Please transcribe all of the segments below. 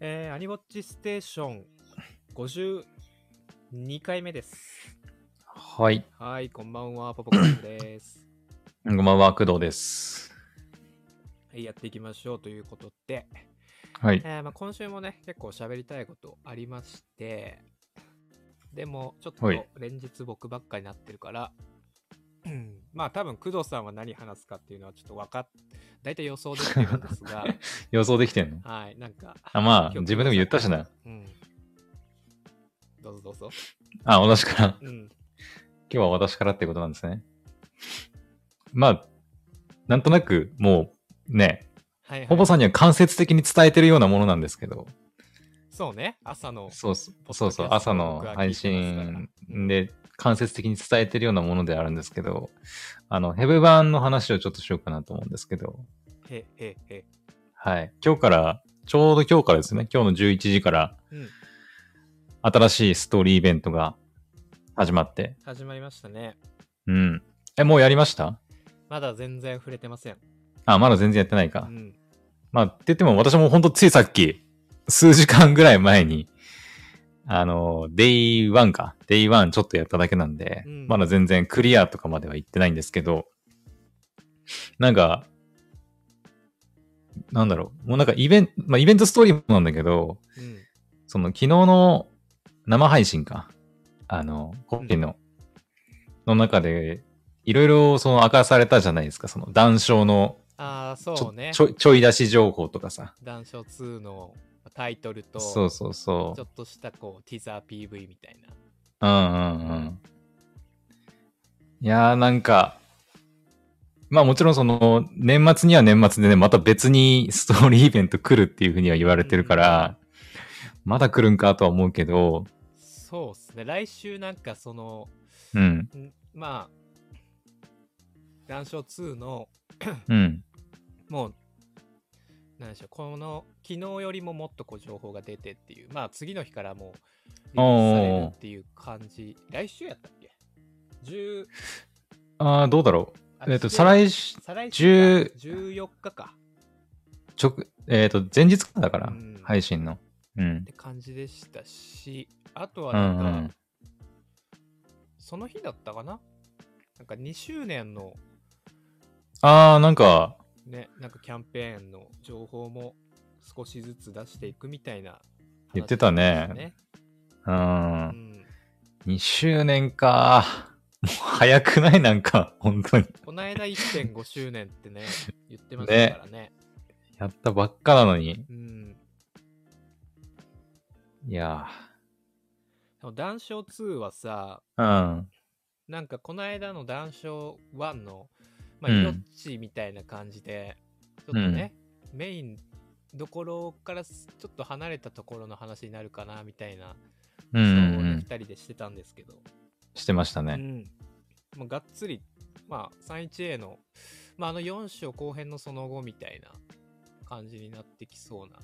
えー、アニウォッチステーション52回目です。はい。はい、こんばんは、ポポコさんです。 こんばんは、工藤です。はい、やっていきましょうということで、はい。えーまあ、今週もね、結構喋りたいことありまして、でも、ちょっとはい連日僕ばっかになってるから、うんまあ多分工藤さんは何話すかっていうのはちょっとわかっ、大体予想できてるんです が、予想できてんのはい、なんか、あ、ま今あ、日自分でも言ったしな。うん。どうぞどうぞ。あ、私から。今うん。日は私からってことなんですね。まあ、なんとなく、もう、ね、はい、はい。ほぼさんには間接的に伝えてるようなものなんですけど、そうね、朝の。そうそポッドキャうスそうそう、ト朝の僕は聞いて配ますから信で間接的に伝えてるようなものであるんですけど、あの、ヘブ版の話をちょっとしようかなと思うんですけど、へへへ。はい。今日から、ちょうど今日からですね、今日の11時から、うん。新しいストーリーイベントが始まって。始まりましたね。うん。え、もうやりましたまだ全然触れてません。あ、まだ全然やってないうか。ん。まあ、って言っても私もほんとついさっき、数時間ぐらい前に、あの、デイ1か。デイ1ちょっとやっただけなんで、うんまだ全然クリアとかまでは行ってないんですけど、なんか、なんだろう。もうなんかイベント、まあイベントストーリーもなんだけど、うん。その昨日の生配信か。あの、コピーの、の中で、いろいろその明かされたじゃないですか。その談笑のああ、ちそょ,、うねち。ょちょい出し情報とかさ。談笑2のタイトルと、そうそうそちょっとしたこう、ティザー PV みたいな。う。うんうんうん。いやーなんか、まあもちろんその年末には年末でね、また別にストーリーイベント来るっていうふうには言われてるから、まだ来るんかとは思うけど、そうっすね。来週なんかその、うん、んまあ、談笑2の、うん、もう、なんでしょう、この、昨日よりももっとこう情報が出てっていう、まあ次の日からもう、リリースされるっていう感じ。来週やったっけ ?10、ああ、どうだろあう。えっ、と、違う再来し、再来週10か14日か直、えっ、と、前日からだから、うん配信の。うんっ。て感じでしたし、あとはうなんんか、うん。その日だったかななんか2周年のああ、なんか、ね、なんかキャンペーンの情報も少しずつ出していくみたいな、言ってたねね。う。うんん。 2周年か。もう早くないなんか、本当に。この間1.5周年って ね、言ってましたからね。やったばっかなのに。うん。いやでも談笑2はさ、ー。うん。なんかこの間の談笑1の、まあ、うん命みたいな感じで、ちょっとね、メインどころからすちょっと離れたところの話になるかなみたいな、うそうんうん、うね、ん。 2人でしてたんですけど、してましたうね。ん、もうがっつり、まあ、31A の、まあ、あの4章後編のその後みたいな感じになってきそうな。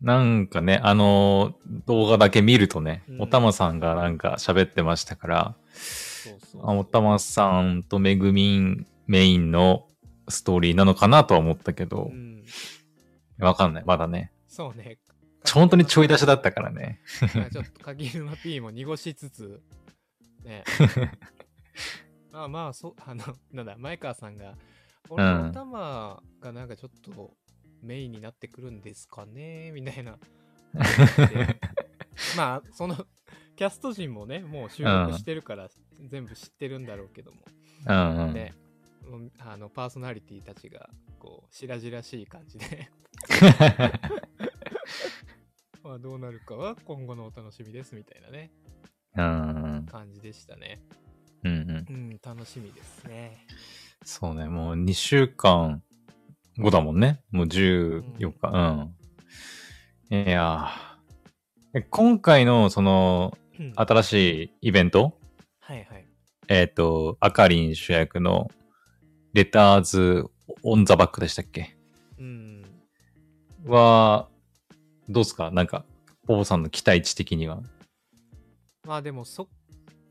なんかね、あのー動画だけ見るとね、うんおたまさんがなんか喋ってましたから、そうそうあおたまさんとめぐみんメインのストーリーなのかなとは思ったけどう、ん、わかんない。まだね。そうね。ちょ本当にちょい出しだったからね。まあちょっと鍵沼 P も濁しつつ、ね。 まあまあ、そう、あの、なんだ、前川さんが、俺の頭がなんかちょっとメインになってくるんですかね、みたい な。でまあ、その、キャスト陣もね、もう収録してるから、全部知ってるんだろうけども、うんうん。ね。もうあのパーソナリティたちがこう白々しい感じで まあどうなるかは今後のお楽しみですみたいなね うん感じでしたね。うんうん。うん、楽しみですね。そうね、もう2週間後だもんね。もう14日。うん。いやーえ今回のそのあ新しいイベント、はいはい。えっ、と、あかりん主役のレターズオンザバックでしたっけうん。は、どうっすかなんか、ポポさんの期待値的には。まあでもそ、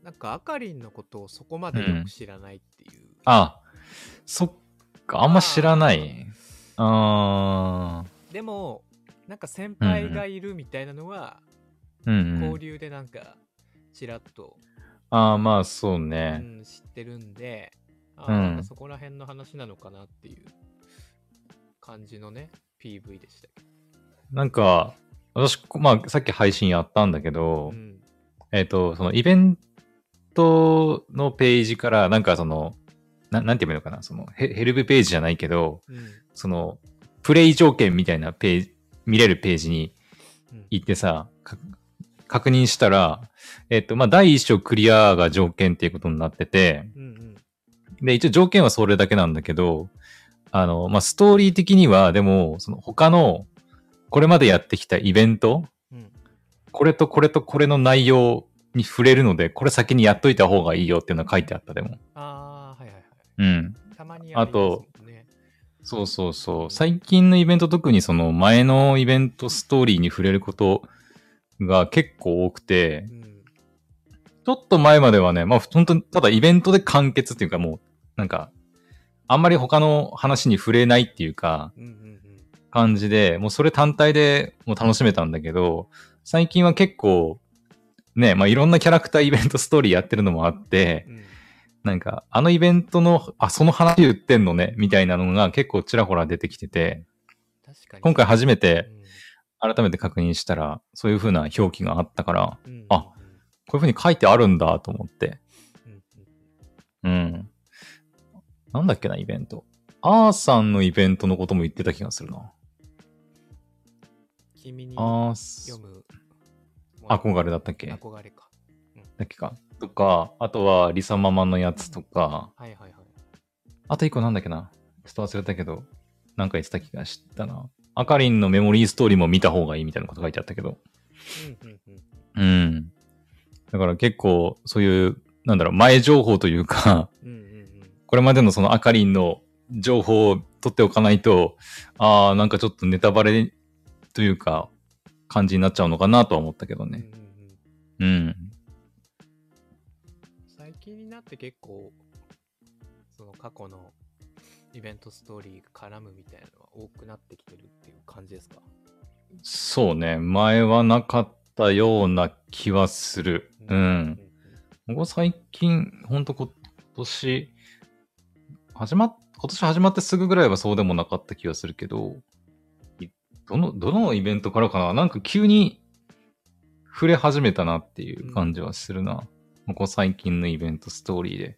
なんかあかりんのことをそこまでよく知らないっていう。あ、そっか、あんま知らない。あー、でも、なんか先輩がいるみたいなのは、うんうん交流でなんか、ちらっと、ああ、まあそううね。ん、知ってるんで、あうんなんかそこら辺の話なのかなっていう感じのね、PV でしたけど。なんか、私、こまあさっき配信やったんだけど、うん、えっ、と、そのイベントのページから、なんかその、ななんて言えばいいのかな、そのヘヘルプページじゃないけど、うん、その、プレイ条件みたいなページ、見れるページにうん。行ってさ、か確認したら、えっ、と、まあ、第一章クリアが条件っていうことになってて、うんうん。で、一応条件はそれだけなんだけど、あの、まあ、ストーリー的には、でも、その他の、これまでやってきたイベント、うん。これとこれとこれの内容に触れるので、これ先にやっといた方がいいよっていうのは書いてあった、でも。ああ、はいはいはい。うん。たまにあとりますもんね、そうそうそう。最近のイベント、特にその前のイベントストーリーに触れることが結構多くてう、ん。ちょっと前まではね、まあ、本当にただイベントで完結っていうか、もう、なんか、あんまり他の話に触れないっていうか、うんうん感じで、もうそれ単体でもう楽しめたんだけど、最近は結構、ね、まあいろんなキャラクターイベントストーリーやってるのもあってう、ん。うんなんか、あのイベントの、あ、その話言ってんのね、みたいなのが結構ちらほら出てきてて、確かに。今回初めてうん改めて確認したら、そういう風な表記があったから、うんうん、あこういう風に書いてあるんだと思って。うんうんうん、うん。なんだっけな、イベント。アーさんのイベントのことも言ってた気がするな。君にアー読ス、む憧れだったっけ憧れか。だっけか。とか、あとは、リサママのやつとか、はいはいはい。あと一個なんだっけな。ちょっと忘れたけど、なんか言ってた気がしたな。あかりんのメモリーストーリーも見た方がいいみたいなこと書いてあったけど。うんうんうん、うん。だから結構、そういう、なんだろう、前情報というか、 うんうんこれまでのそのあかりんの情報を取っておかないと、あー、なんかちょっとネタバレというか、感じになっちゃうのかなとは思ったけどうんうんうんね。うん。うん。最近になって結構、その過去のイベントストーリーが絡むみたいなのは多くなってきてるっていう感じですか。そうね。前はなかったような気はする。ううんん。ここ最近、ほんと今年、始まっ、今年始まってすぐぐらいはそうでもなかった気がするけど、いどの、どのイベントからかななんか急に触れ始めたなっていう感じはするな。ここ最近のイベントストーリーで。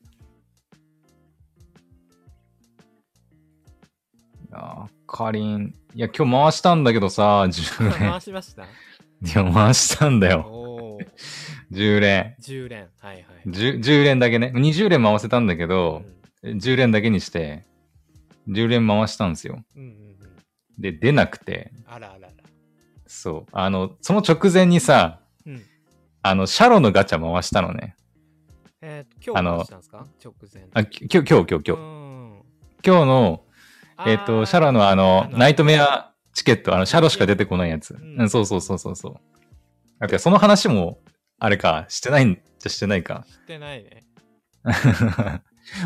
いやー、かりん。いや、今日回したんだけどうさ、んうん。10連回。しましたいや、回したんだよ。おお、 10連。 10連。はいはい。 10, 10連だけね。20連回せたんだけうど、ん10連だけにして、10連回したんですよ。うんうんうん。で、出なくて、あらあらあら。そう。あの、その直前にさ、うん。あの、シャロのガチャ回したのね。えー、今あ日のどうしたんですか直前。あ、き今日、今日、今日、今日。今今日の、えっ、と、シャロのあの、ナイトメアチケット、あの、シャロしか出てこないやつ。んうん、そうそうそうそうそう。あ、てか、その話も、あれか、してないんじゃしてないか。 してないね。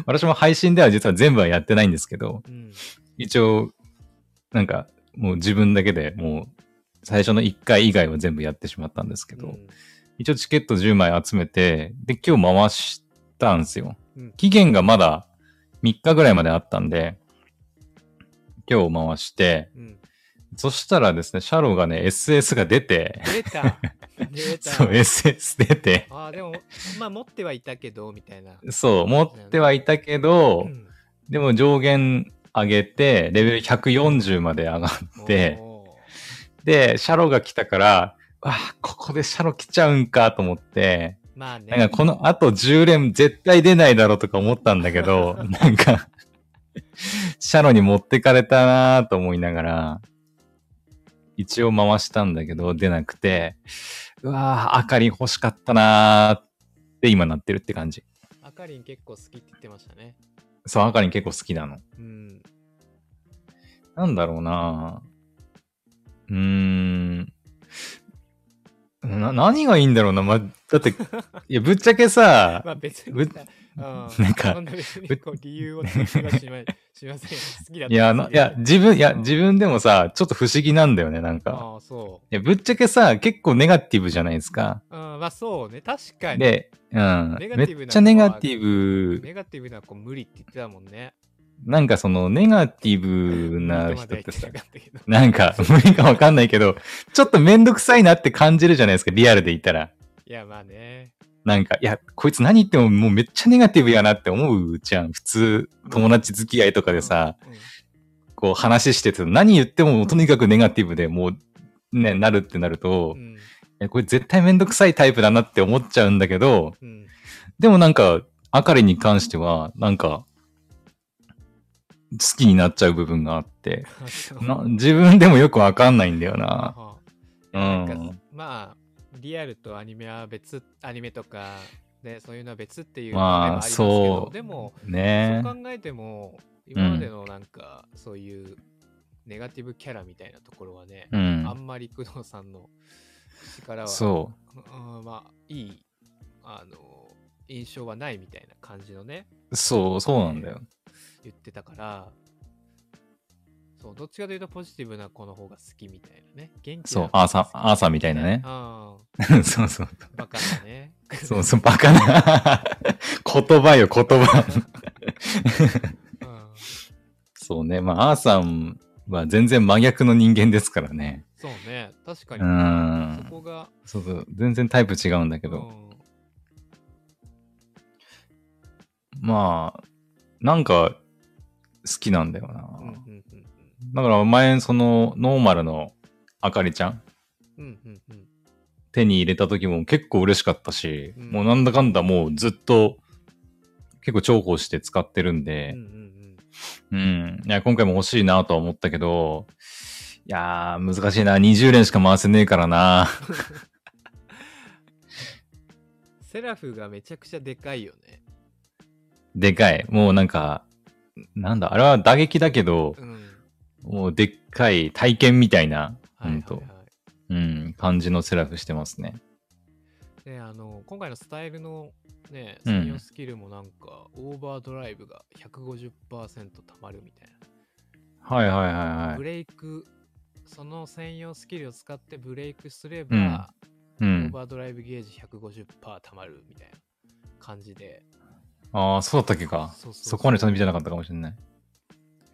私も配信では実は全部はやってないんですけど、うん。一応、なんか、もう自分だけでもう、最初の1回以外は全部やってしまったんですけど、うん一応チケット10枚集めて、で、今日回したんですよ。うん期限がまだ3日ぐらいまであったんで、今日回して、うん。そしたらですね、シャロがね、SS が出て、出た 出たそう、SS 出て、ああ、でも、まあ持ってはいたけど、みたいな。そう、持ってはいたけど、うんでも上限上げて、レベル140まで上がって、おーで、シャロが来たから、あー、ここでシャロ来ちゃうんかと思って、まあね。なんかこの後10連絶対出ないだろうとか思ったんだけど、なんか、シャロに持ってかれたなと思いながら、一応回したんだけど、出なくて、うわー、明かり欲しかったなーって今なってるって感じ。あかりん結構好きって言ってましたね。そう、明かり結構好きなの。うん。なんだろうなうーん。な、何がいいんだろうな。ま、だって、いや、ぶっちゃけさ、 まあ別にぶさ、なんかそんな別にこう理由を追求はし ましませんよ。好きだったらいや、ないや、自分、いや、自分でもさ、ちょっと不思議なんだよね、なんか。ああ、そいや、ぶっちゃけさ、結構ネガティブじゃないですか。う。うん、まあそうね、確かに。で、うん。ネガめティブなっちゃネガティブ、ネガティブな子無理って言ってたもんね。なんかその、ネガティブな無理とま人でっはて言さな、かったけどなんか、無理かわかんないけど、ちょっとめんどくさいなって感じるじゃないですか、リアルでいたら。いや、まあね。なんか、いや、こいつ何言ってももうめっちゃネガティブやなって思うじゃん。普通、友達付き合いとかでさ、うん、こう話してて、何言ってももうとにかくネガティブでもう、ね、なるってなると、うん、えこれ絶対めんどくさいタイプだなって思っちゃうんだけど、うん。でもなんか、あかりに関しては、なんか、好きになっちゃう部分があって、あそう な自分でもよくわかんないんだよな。はうあなんんか。まあ、リアルとアニメは別、アニメとか、ね、そういうのは別っていう考えもりまあますけどそうでも、ねそう考えても、今までのなんか、そういうネガティブキャラみたいなところはね、うあん。んまり工藤さんの力は、そう。うんまあ、いい、あの、印象はないみたいな感じのね、そう、そうなんだよ。言ってたから、そう、どっちかというとポジティブな子の方が好きみたいなね。元気なそう子が好きアーサーアーサーみたいなねあ そうそう。あ、バカだね。そうそう、バカな。 言葉よ、言葉。うんそうね。まあ、アーさんは全然真逆の人間ですからね。そうね、確かうに。そん。こが、そうそう。全然タイプ違うんだけうど。ん、まあ、なんか、好きなんだよな。うん、うん、うんだから、前、その、ノーマルのあかりちゃん、うん、うん、うん、手に入れた時も結構嬉しかったし、うんもうなんだかんだもうずっと、結構重宝して使ってるんで、うん、うん、うん。いや、今回も欲しいなとは思ったけど、いやー、難しいな。20連しか回せねえからな。 セラフがめちゃくちゃでかいよね。でかい。もうなんか、なんだ、あれは打撃だけど、うん。もうでっかい体験みたいな、はい、はほいんと、はうん、感じのセラフしてますね。い。で、あの、今回のスタイルのね、うん専用スキルもなんか、オーバードライブが150%溜まるみたいな。はいはいはいはブい。レイク、その専用スキルを使ってブレイクすれば、うオーん。バードライブゲージ150%溜まるみたいな感じで、ああ、そうだったっけか。そうそうそうそこまでちゃんと見てなかったかもしれない。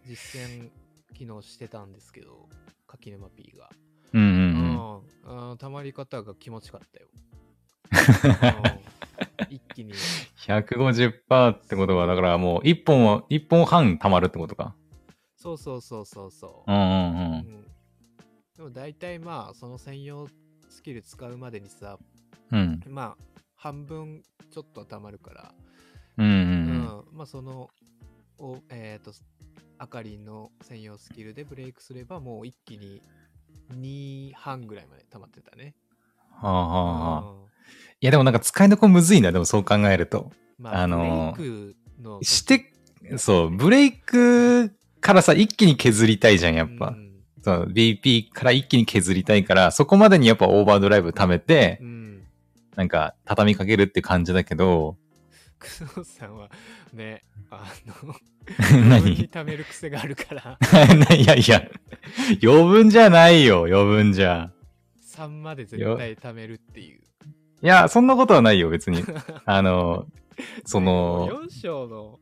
実践機能してたんですけど、柿沼 P が。うんうんううん。ん、あー溜まり方が気持ちよか ったよ。うん一気に。 150%ってことは、だからもう1本は、一本半溜まるってことか。そうそうそうそうそうう。んうんうん。うんでも大体まあ、その専用スキル使うまでにさ、うん。まあ、半分ちょっとは溜まるから、うんうんううん。ん、まあその、おえっ、と、あかりんの専用スキルでブレイクすれば、もう一気に2半ぐらいまで溜まってたね。はあはあはあ。うんいやでもなんか使いどこむずいな、でもそう考えると。まあ、あのーブレイクのして、そう、ブレイクからさ、一気に削りたいじゃん、やっうぱ。んそう BP から一気に削りたいから、そこまでにやっぱオーバードライブ貯めてう、ん。なんか畳みかけるって感じだけど、久能さんはね、あの、自分に 何貯める癖があるから、 いやいや、余分じゃないよ、余分じゃ。 3まで絶対貯めるっていう。いや、そんなことはないよ、別に。あの、その、 4章の、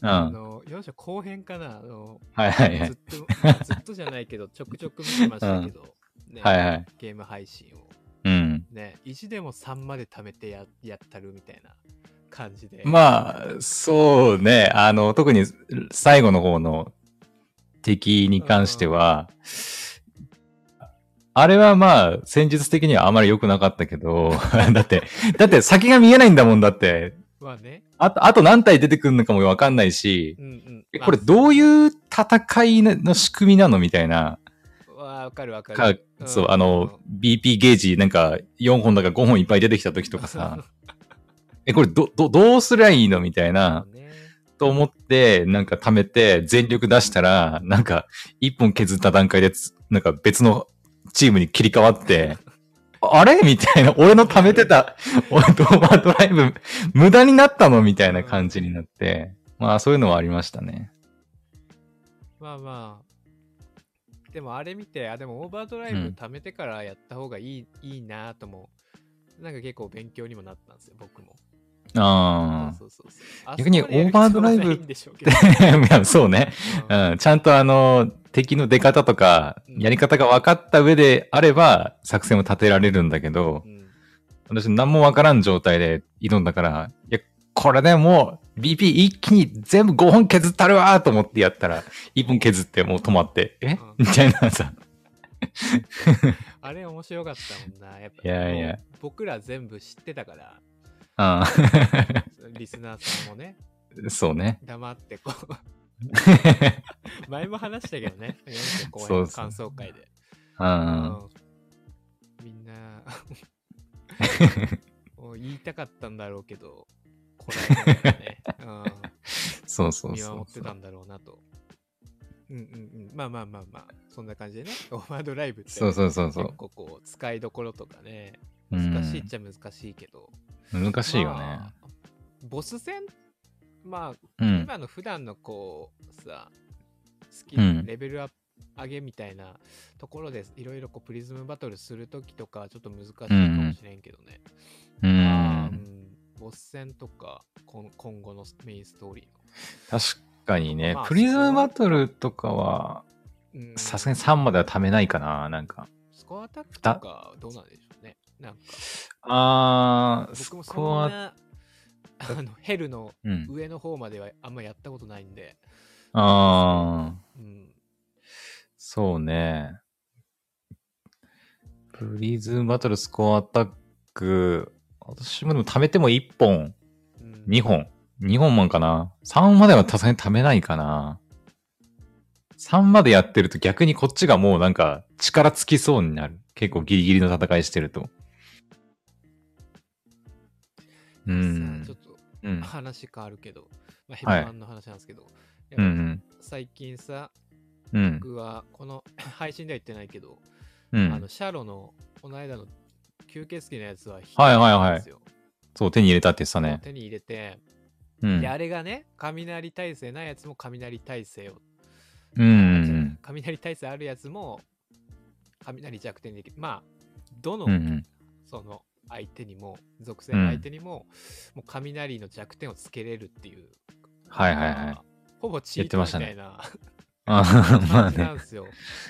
うん。あはの、4章後編かな、あの、いはいはいず。っと、ずっとじゃないけど、ちょくちょく見てましたけど、ねはいはい。ゲーム配信を。うん。ね、意地でも3まで貯めてややったるみたいな感じで。まあ、そうね。あの、特に最後の方の敵に関しては、あれはまあ、戦術的にはあまり良くなかったけど、 だって、だって先が見えないんだもんだって、まあね。あと、あと何体出てくるのかもわかんないし、うんうん。えこれどういうう戦いの仕組みなのみたいな。わかるわかかる。んそう、あの、BP ゲージなんか4本だから5本いっぱい出てきた時と かさ、え、これど、ど、どうすりゃいいのみたいなそ。うねと思って、なんか貯めて、全力出したら、なんか、一本削った段階でつ、なんか別のチームに切り替わって、あれみたいな、俺の貯めてた、俺ドーバードライブ、無駄になったのみたいな感じになって、まあそういうのはありましたね。まあまあ。でもあれ見て、あ、でもオーバードライブうん貯めてからやった方がいい、いいなとも、なんか結構勉強にもなったんですよ、僕も。あそうそうそうそう逆にあそこまでやるオーバードライ必要ブないんでしょう けどあ。いやそうね。うんうん、ちゃんとあの、敵の出方とか、やり方が分かった上であれば、作戦を立てられるんだけどう、ん私何も分からん状態で挑んだから、いや、これでもう、BP 一気に全部5本削ったるわーと思ってやったら、1本削ってもう止まって、えみたいなさ。あれ面白かったもんな。やっぱいやいやもう僕ら全部知ってたから、 リスナーさんもね、 うん、そうね。黙ってこう。 前も話したけどね、40公そ演うのそう感想会で。うん。うんみんな、 もう言いたかったんだろうけ ど、こらえなかったね。そうそううん見そう。守ってたんだろうなと。うんうんうん。まあまあまあまあ、そんな感じでね、オーバードライブってそう結そうそうそう構。こう、使いどころとかね、うん難しいっちゃ難しいけど。難しいよね。まあボス戦まあ、うん。今の普段のこうさ、スキうんル、レベルアップ上げみたいなところで、いろいろこうプリズムバトルするときとか、ちょっと難しいかもしれんけどね。う。まあうんんボス戦とか、こん今後のメインストーリ確かにねまあ、プリズムバトルとかは、ーの。うんさすがに3までは貯めないかな、なんか。スコアアタックとか、どうなんでしょうね。なんか、あー、ス僕もそコんア、な、あの、ヘルのうん。上の方まではあんまやったことないんで、あー、うん。そうね。プリズムバトル、スコアアタック、私もでも貯めても1本、うん2本。2本もんかな ?3 まではさすがに貯めないかな ?3 までやってると逆にこっちがもうなんか力尽きそうになる。結構ギリギリの戦いしてると。さうあんちょっ。とうん。話変わるけど、まあ、ヘはいビマンの話なんですけど、やっうぱん最近さ、うん。うん。僕はこの配信では言ってないけど、うんあのシャロのこの間の吸血鬼のやつははいはいはいいそう、手に入れたって言ってたね。手に入れて、うんで。あれがね、雷耐性ないやつも雷耐性を、うんうん雷耐性あるやつも雷弱点できる。まあ、どの、うん。うんその相手にも、属性の相手にも、もう雷の弱点をつけれるっていう。はいはいはい。ほぼチートみたいな。あ ーま感あじなね。んですよ。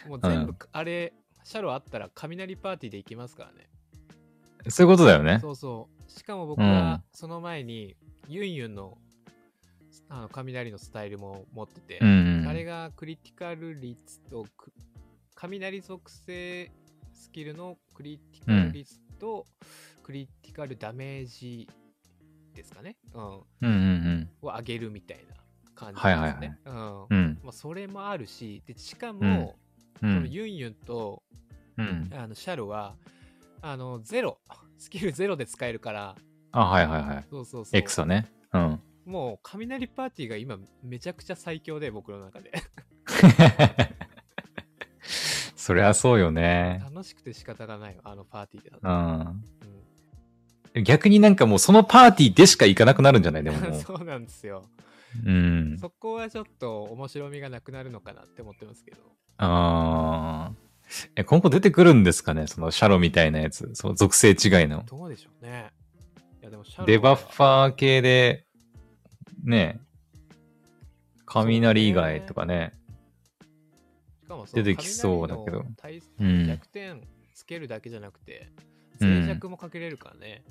もう全う部、あれ、シャロあったら雷パーティーで行きますからね。そういうことだよね。そうそう。しかも僕うはんその前に、ユンユンのあの雷のスタイルも持ってて、うんあれがクリティカル率とく、雷属性スキルのクリティカル率と、クリティカルダメージですかね。うん。をうん。うん上げるみたいな感じですね。うんうん。うん。まあ、それもあるし、でしかも、うんうそのん。ユンユンとうん。あのシャルはあのゼロ スキルゼロで使えるからあ、はいはいはい。そうそうそうエクサね。うん。 もう雷パーティーが今めちゃくちゃ最強で僕の中でそりゃそうよね。 楽しくて仕方がないわあのパーティーで、うん。う逆になんかもうそのパーティーでしか行かなくなるんじゃないでももんう。 そうなんですよ、うん。そこはちょっと面白みがなくなるのかなって思ってますけどあーえ、今後出てくるんですかねそのシャロみたいなやつ。その属性違いの。どうでしょうねいやでもシャルデバッファー系で、ね雷以外とかね。しかもその出てきそうだけど雷のう対ん弱点つけるだけじゃなくてうん脆弱もかけれるからね、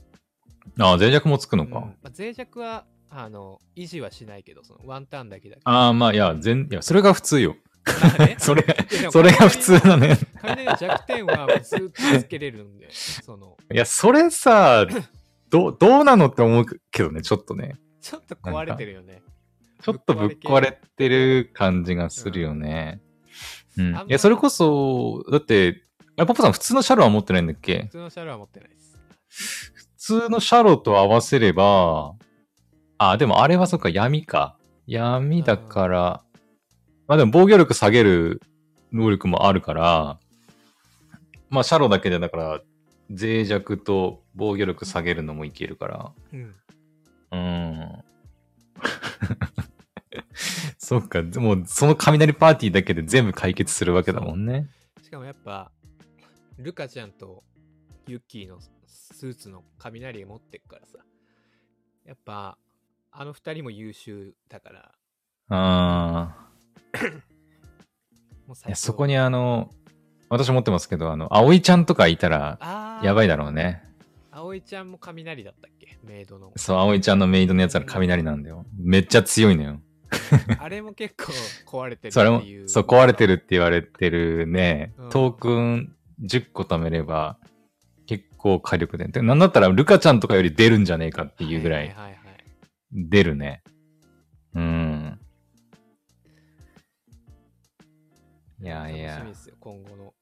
ああ、脆弱もつくのうんか。まあ、脆弱はあの維持はしないけどそのワンターンだけだけどああ、まあ、いや、全、いや、それが普通よ。まあね それがいやで、もそれが普通だね。 雷の弱点はもうずっとつけれるんでそのいや、それさ、ど、どうなのって思うけどね、ちょっとね。ちょっと壊れてるよねちょっとぶっ壊れてる感じがするよね。うん。あんまいや、それこそ、だって、あれパパさん普通のシャロは持ってないんだっけ普通のシャルは持ってないです普通のシャロと合わせれば、あ、でもあれはそっか、闇か。闇だから、まあでも防御力下げる能力もあるから、まあシャロだけでだから、脆弱と防御力下げるのもいけるから。うん。うん。 そっか、もうその雷パーティーだけで全部解決するわけだもんね。しかもやっぱ、ルカちゃんとユッキーのスーツの雷持ってくからさ。やっぱ、あの二人も優秀だから、あもう最あ。い強や、そこにあの、私持ってますけど、あの、葵ちゃんとかいたら、あーやばいだろうね。。葵ちゃんも雷だったっけメイドのそう、葵ちゃんのメイドのやつは雷なんだよ。めっちゃ強いのよ。 あれも結構壊れてるってそれもい、う。そう、壊れてるって言われてるね。うんトークン10個貯めれば、結構火力で。てかなんだったら、ルカちゃんとかより出るんじゃねえかっていうぐら、はいはいはいはい出るね。うん。いや楽いしやみで、すよ、今後の。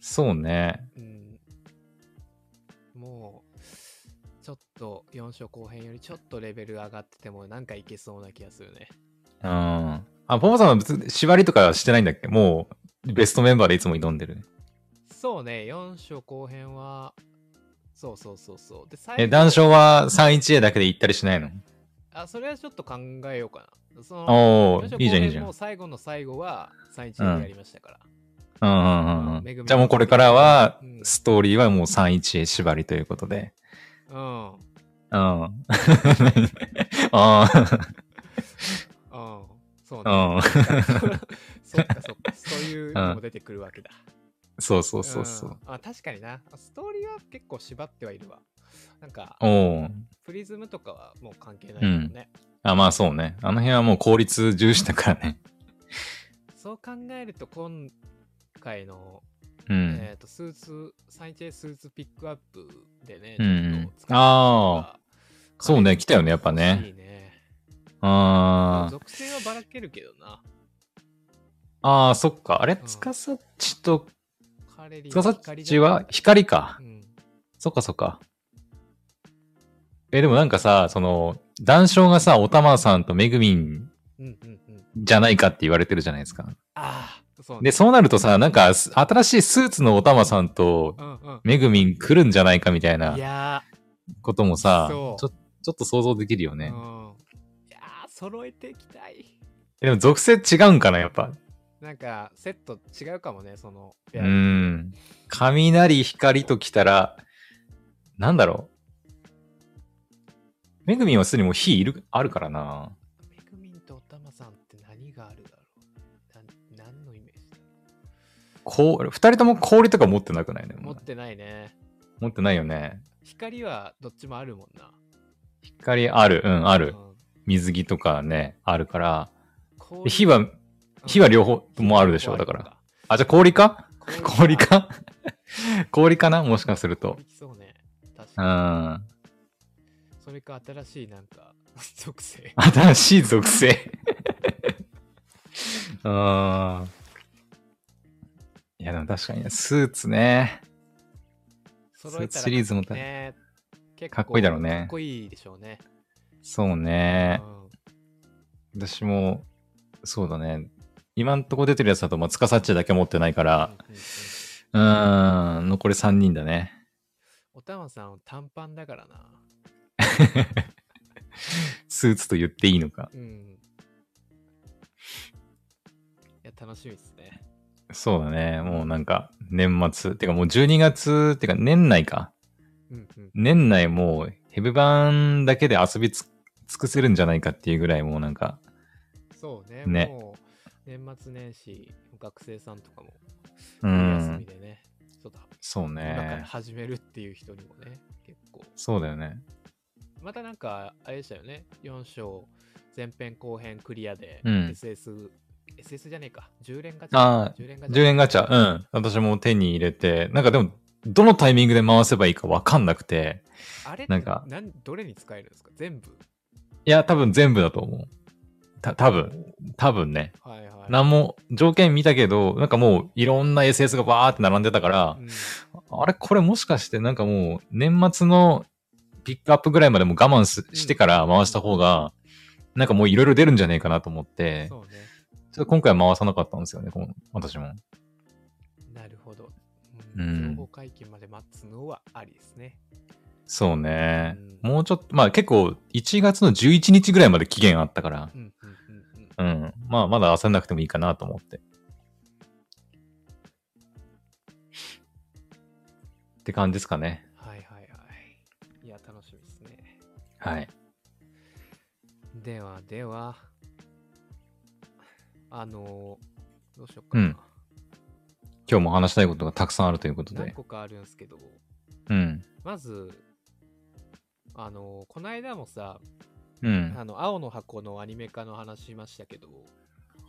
そうね。うん。もう、ちょっと4勝後編よりちょっとレベル上がっててもなんかいけそうな気がするね。うん。あ、ポポさんは別に縛りとかはしてないんだっけもう、ベストメンバーでいつも挑んでる。そうね、4章後編は、そうそうそうそう。で、最え、談笑は 3-1A だけで行ったりしないのあ、それはちょっと考えようかな。その、お四章ー、後いいじゃん、いいじ編ゃんも。最後の最後は3-1でやりましたから。うんうんうんめぐうみん。じゃあもうこれからはうん、ストーリーはもう3-1へ縛りということで。うん。うん。うん。 あ あ、そううね。ん。そっかそっか。そういうのも出てくるわけだ。そう そうそうそんう。あ確かにな。ストーリーは結構縛ってはいるわ。なんか、おお。プリズムとかはもう関係ないもんね。あ、まあそうね。あの辺はもう効率重視だからね。そう考えると、今回の、うん。えっ、と、スーツ、3J スーツピックアップでね、うんうんちょっと使ってみたのがそうね来たよねやっぱね欲しいね。あー属性はばらけるけどな。あー、そっか。あれ、んつかさっちと、カレリつかさっちは光かう。ん。そっかそっか。え、でもなんかさ、その、談笑がさ、おたまさんとめぐみんうんうんうん。じゃないかって言われてるじゃないですか。ああ、そうねで、。そうなるとさ、なんか、す新しいスーツのおたまさんと、うんうん。めぐみん来るんじゃないかみたいないやこともさ、ちそょうちょっと想像できるよー、ねう。ん。いやー、揃えていきたい。えでも、属性違うんかな、やっぱ。なんか、セット違うかもね、その、うペアーん。雷、光と来たら、なんだろう。めぐみんはすでにもう火いる、あるからな。めぐみんとおたまさんって何があるだろうな何のイメージだこう、二人とも氷とか持ってなくないね。持ってないね。持ってないよね。光はどっちもあるもんな。光ある、うん、あうる。ん水着とかね、あるから。で氷火は、火は両方ともあるでしょうんだから。あ、じゃあ氷か 氷氷か。か氷かなもしかすると。氷きそうね。確うかん。に。それか新しいなんか 属性。新しい属性。 うん。いや、でも確かにね、スーツね。揃えたらシリーズもたね。結構かっこいいだろうねかっこいいでしょうね。そううね。ん私も、そうだね。今んとこ出てるやつだと、まあ、つかさっちだけ持ってないかうんら、うんうんうん、残り3人だね。おたまさん短パンだからな。スーツと言っていいのか。うん。いや、楽しみですね。そうだね。もうなんか、年末。てかもう12月、てか年内か。うんうん。年内もうヘブ版だけで遊びつ尽くせるんじゃないかっていうぐらいもうなんか、そうね。ねもう年末年始、学生さんとかも、う休みん、でね、ちょっとそう今からね。始めるっていう人にもね、結構。そうだよね。またなんか、あれでしたよね。4章、前編後編クリアで、うん SS、SS じゃねえか、10連ガチャ。あ10連ガチャ。 10円ガチャ、うん。私も手に入れて、なんかでも、どのタイミングで回せばいいかわかんなくて、あれってなんかなんどれに使えるんですか全部。いや、多分全部だと思う。た、多分多分ね。はいはい。何も、条件見たけど、なんかもういろんな SS がバーって並んでたからう、んあれこれもしかしてなんかもう年末のピックアップぐらいまでもう我慢すしてから回した方が、なんかもういろいろ出るんじゃねえかなと思って、ちょそうね。っと今回は回さなかったんですよね、この私も。なるほど。うんうん情報解禁まで待つのはありですね。そうね。うんもうちょっと、まあ結構、1月の11日ぐらいまで期限あったからう、んうんうんうん。うん。まあまだ焦んなくてもいいかなと思って。って感じですかね。はいはいはい。いや、楽しみですね。はい。ではでは、あのーどうしようかな。うん今日も話したいことがたくさんあるということ何で。個かあるんですけど、うん。まず、あのーこないだもさ、うん。あの、青の箱のアニメ化の話しましたけど、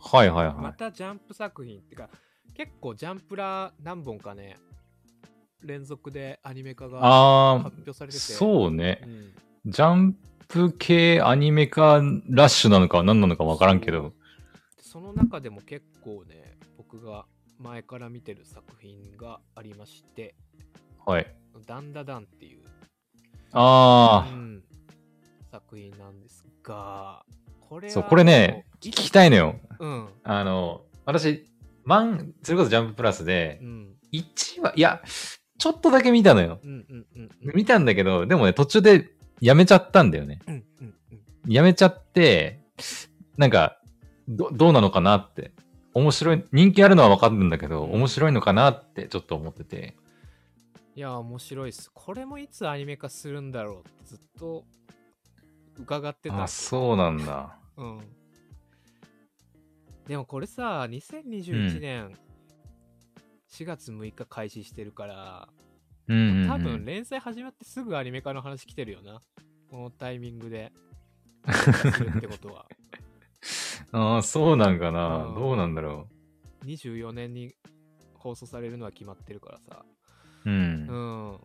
はいはいまはたジャンプ作品ってか、結構ジャンプラ何本かね、連続でアニメ化い。があ発表さー、れてて、そうねう。んジャンプ系アニメかラッシュなのか何なのかわからんけど。そうその中でも結構ね僕が前から見てる作品がありましてはい。 「ダンダダン」っていう、あうー、ん作品なんですがこれはそうこれねもうい聞きたいのよ。うんあの、私、マン、それこそジャンププラスでう、ん1話、いや、ちょっとだけ見たのよ。うんうんうんうん見たんだけど、でもね、途中でやめちゃったんだよね。うんうんうんやめちゃって、なんか、ど、どうなのかなって。面白い、人気あるのは分かるんだけど、面白いのかなってちょっと思ってて。いや面白いっすこれもいつアニメ化するんだろうってずっと伺ってたんあ、ですよそうなんだ。うんでもこれさ2021年4月6日開始してるから、うんうん、うん。多分連載始まってすぐアニメ化の話来てるよなこのタイミングでするってこと はああ、そうなんかな、うんどうなんだろ24年に放送されるのは決まってるからさう。う。うんん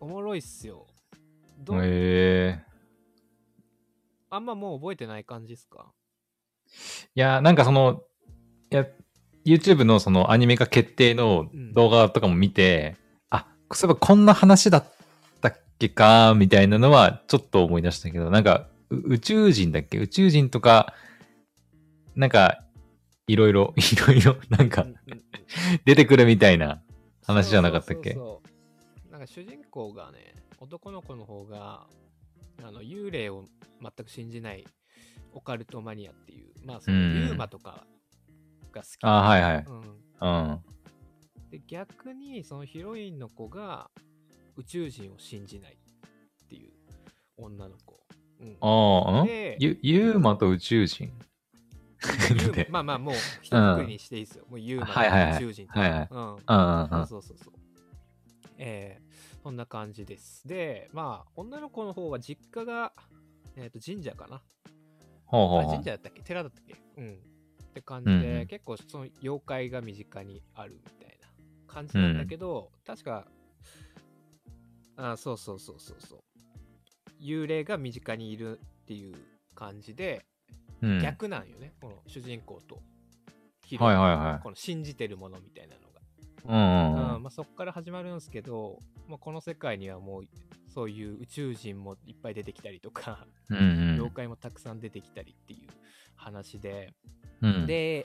おもろいっすよどうへえあんまもう覚えてない感じっすかいや、なんかその、いや、YouTube のそのアニメ化決定の動画とかも見て、あ、そういえばこんな話だったっけか、みたいなのはちょっと思い出したけど、なんか、う宇宙人だっけ宇宙人とか、なんか、いろいろ、 いろいろ、なんかう、んうんうん出てくるみたいな話じゃなかったっけそうそうそうなんか主人公がね男の子の方があの幽霊を全く信じないオカルトマニアっていうまあそのうんユーマとかが好き、あはいはい。うんうん。で逆にそのヒロインの子が宇宙人を信じないっていう女の子、うん、ああ、んでゆユーマと宇宙人ユーなんでまあまあもう一括りにしていいですよ、もうユーマはいはいはいと宇宙人とはいはいうんうんうんうん。そうそうそうそう。えー、そんな感じです。で、まあ、女の子の方は実家が、えっ、と、神社かな。ほうほうあほ神う社。だったっけ寺だったっけうん。って感じで、うんうん結構その妖怪が身近にあるみたいな感じなんだけど、確か、あそうそうそうそうそう。幽霊が身近にいるっていう感じで、うんはい逆なんよね、この主人公とヒロイはいンはこの信じてるものみたいなのが。い。うんうんううんん。まあ、そこから始まるんですけど、まあ、この世界にはもうそういう宇宙人もいっぱい出てきたりとか、うん妖怪もたくさん出てきたりっていう話で、うんうん、で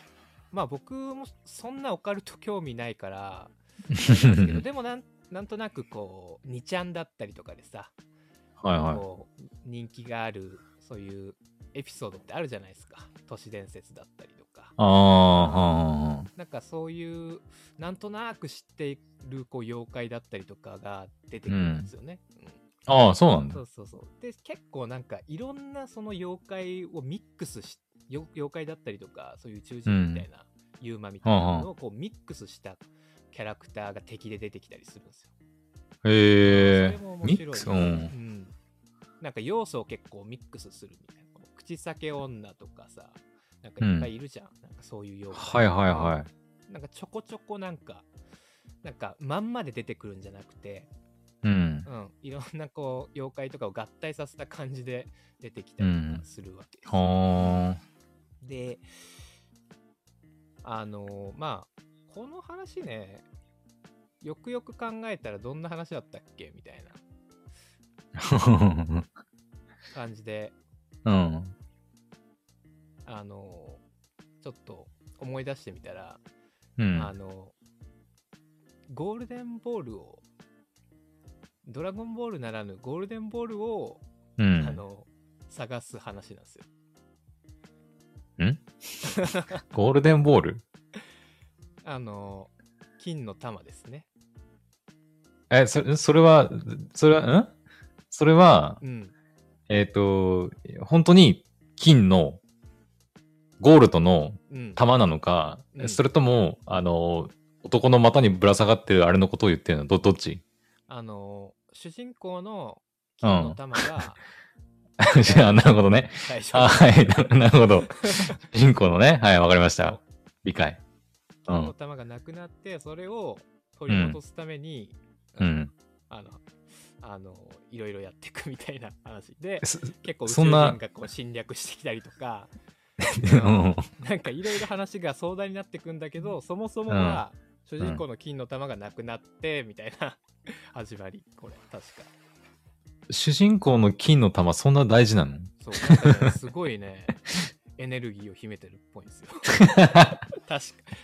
まあ僕もそんなオカルト興味ない からうんでもなんなんとなくこう2ちゃんだったりとかでさ、はいはい。こう人気があるそういうエピソードってあるじゃないですか都市伝説だったりとかああ、はなんかそういうなんとなく知ってるこう妖怪だったりとかが出てくるんですよね。うんあ、ああ、そうなんだそ。うそうそう。で結構なんかいろんなその妖怪をミックスしよ妖怪だったりとかそういう宇宙人みたいな、ユーマみたいなのをこうミックスしたキャラクターが敵で出てきたりするんですよ。へそれえも、面ミ白いねックス、うんう。ん、なんか要素を結構ミックスするみたいな。この口裂け女とかさなんかいっぱいいるじゃん、なんかそういう妖はい怪。はいはい。なんかちょこちょこなんか、なんかまんまで出てくるんじゃなくて、うん。うん、いろんなこう妖怪とかを合体させた感じで出てきたりとかするわけです。はで、あのまあ、この話ね、よくよく考えたらどんな話だったっけみたいなあ。感じで、 うん。あのちょっと思い出してみたら、うん。あの、ゴールデンボールを、ドラゴンボールならぬゴールデンボールを、うんあの、探す話なんですよ。ゴールデンボールあの、金の玉ですね。え、それ、それは、それは、んそれは、うん。えっ、と、本当に金の、ゴールドのうん。玉なのか、うんそれとも、あの、男の股にぶら下がってるあれのことを言ってるのど、どっちあの、主人公の金の玉が、 じゃあなるほどね。最初 あはい、ななるほど。主人公のね、はい、わかりました。理解。う金のん。玉がなくなって、それを取り戻すために、うん。あの、あの、いろいろやっていくみたいな話で、 そ結構宇宙そんな人がこう侵略してきたりとか、 うんなんかいろいろ話が壮大になってくんだけど、そもそもは主人公の金の玉がなくなって、みたいな始まり、これ、確か。主人公の金の玉、そんな大事なのそう、なんかね、すごいね、エネルギーを秘めてるっぽいんですよ。確か。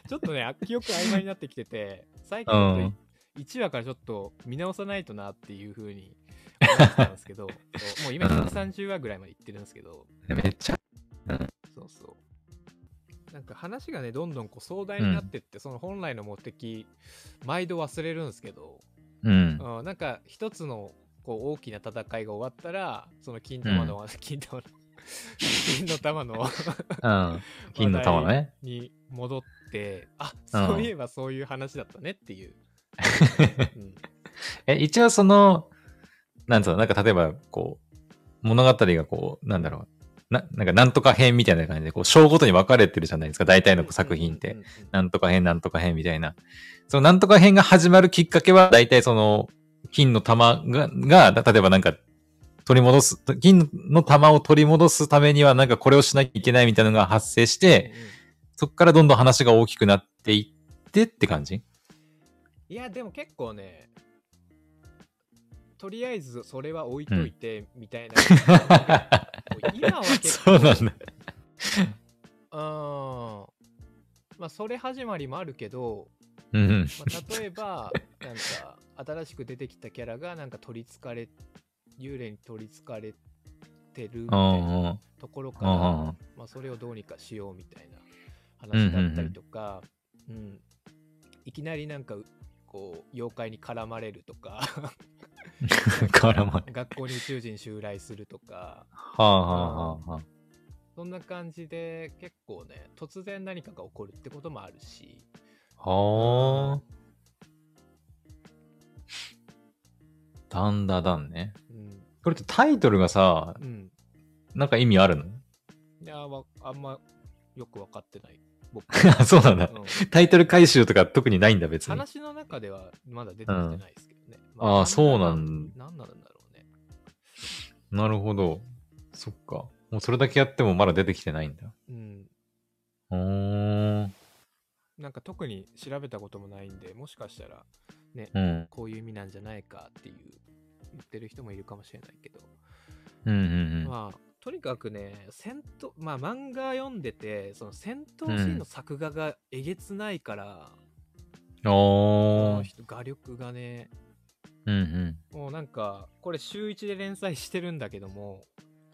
ちょっとね、あ記憶曖昧になってきてて、最近うちょっんと1話からちょっと見直さないとなっていうふうに思ってたんですけど、そうもう今130話ぐらいまでいってるんですけど、めっちゃ、そうそう。なんか話がね、どんどんこう壮大になってって、その本来の目的、毎度忘れるんですけど、うん。うん、なんか一つのこう大きな戦いが終わったら、その金玉の、 金玉の、金の玉 のうん。金の玉ね。に戻って、あうんそういえばそういう話だったねって いう。うんえ、一応その、なんつうの、なんか例えば、こう、物語がこう、なんだろう、な、なんかなんとか編みたいな感じで、こう、章ごとに分かれてるじゃないですか、大体の作品っうてんう。んうんうんなんとか編、なんとか編みたいな。そのなんとか編が始まるきっかけは、大体その、金の玉が、が、例えばなんか、取り戻す、金の玉を取り戻すためには、なんかこれをしなきゃいけないみたいなのが発生して、うんうんそこからどんどん話が大きくなっていってって感じいや、でも結構ね、とりあえずそれは置いといてみたいな。今は結構、 そうなんだ。うん。まあ、それ始まりもあるけど、うん。まあ、例え ば、なんか、新しく出てきたキャラが、なんか取りつかれ、幽霊に取りつかれてるみうたいなんうん。 ところかうら、んうん。まあ、それをどうにかしようみたいな話だったりとか、うんいきなりなんかこう妖怪に絡まれるとか 絡まれ。学校に宇宙人襲来するとかはあはあはあはあ。そんな感じで結構ね突然何かが起こるってこともあるしはあ。だんだだんね。うんこれってタイトルがさ、うんなんか意味あるのいやわあんまよく分かってない僕、あ そうなんだ。うんタイトル回収とか特にないんだ、別に。話の中ではまだ出てきてないですけどね、あーそうなん何なんだろうねなるほど。そっか。もうそれだけやってもまだ出てきてないんだ。うんうーん。なんか特に調べたこともないんでもしかしたらうん。こういう意味なんじゃないかっていう言ってる人もいるかもしれないけど、うんうんまあとにかくね戦闘まあ漫画読んでてその戦闘シーンの作画がえげつないから、うん。こおのー。人画力がねうんうん。もうなんかこれ週1で連載してるんだけども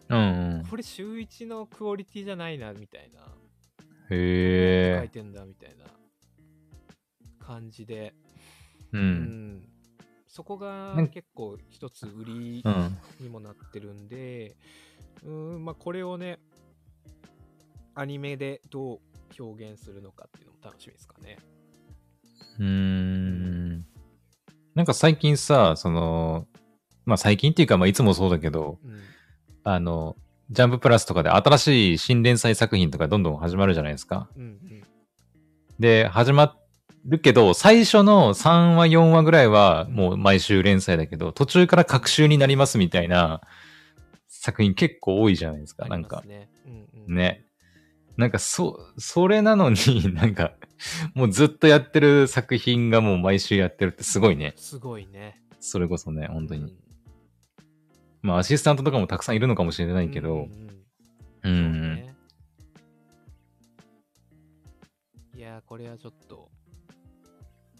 うんうん。これ週1のクオリティじゃないなみたいな書へいえ。てんだみたいな感じで、う。うんん、そこがなん結構一つ売りうん。にもなってるんで、うーん、まあこれをね、アニメでどう表現するのかっていうのも楽しみですかね。うーんなんか最近さ、その、まあ最近っていうか、まあいつもそうだけど、うん、あの、ジャンププラスとかで新しい新連載作品とかどんどん始まるじゃないですか。うん、で、始まるけど、最初の3話、4話ぐらいはもう毎週連載だけど、途中から隔週になりますみたいな作品結構多いじゃないですうか。ん。なんかあります。ね。うんうん、ね。なんか、そ、それなのに なんか、もうずっとやってる作品がもう毎週やってるってすごいね。すごいね。それこそね、本当に。うん。まあ、アシスタントとかもたくさんいるのかもしれないけうんど、ううんん、ううんんそうねいやー、これはちょっと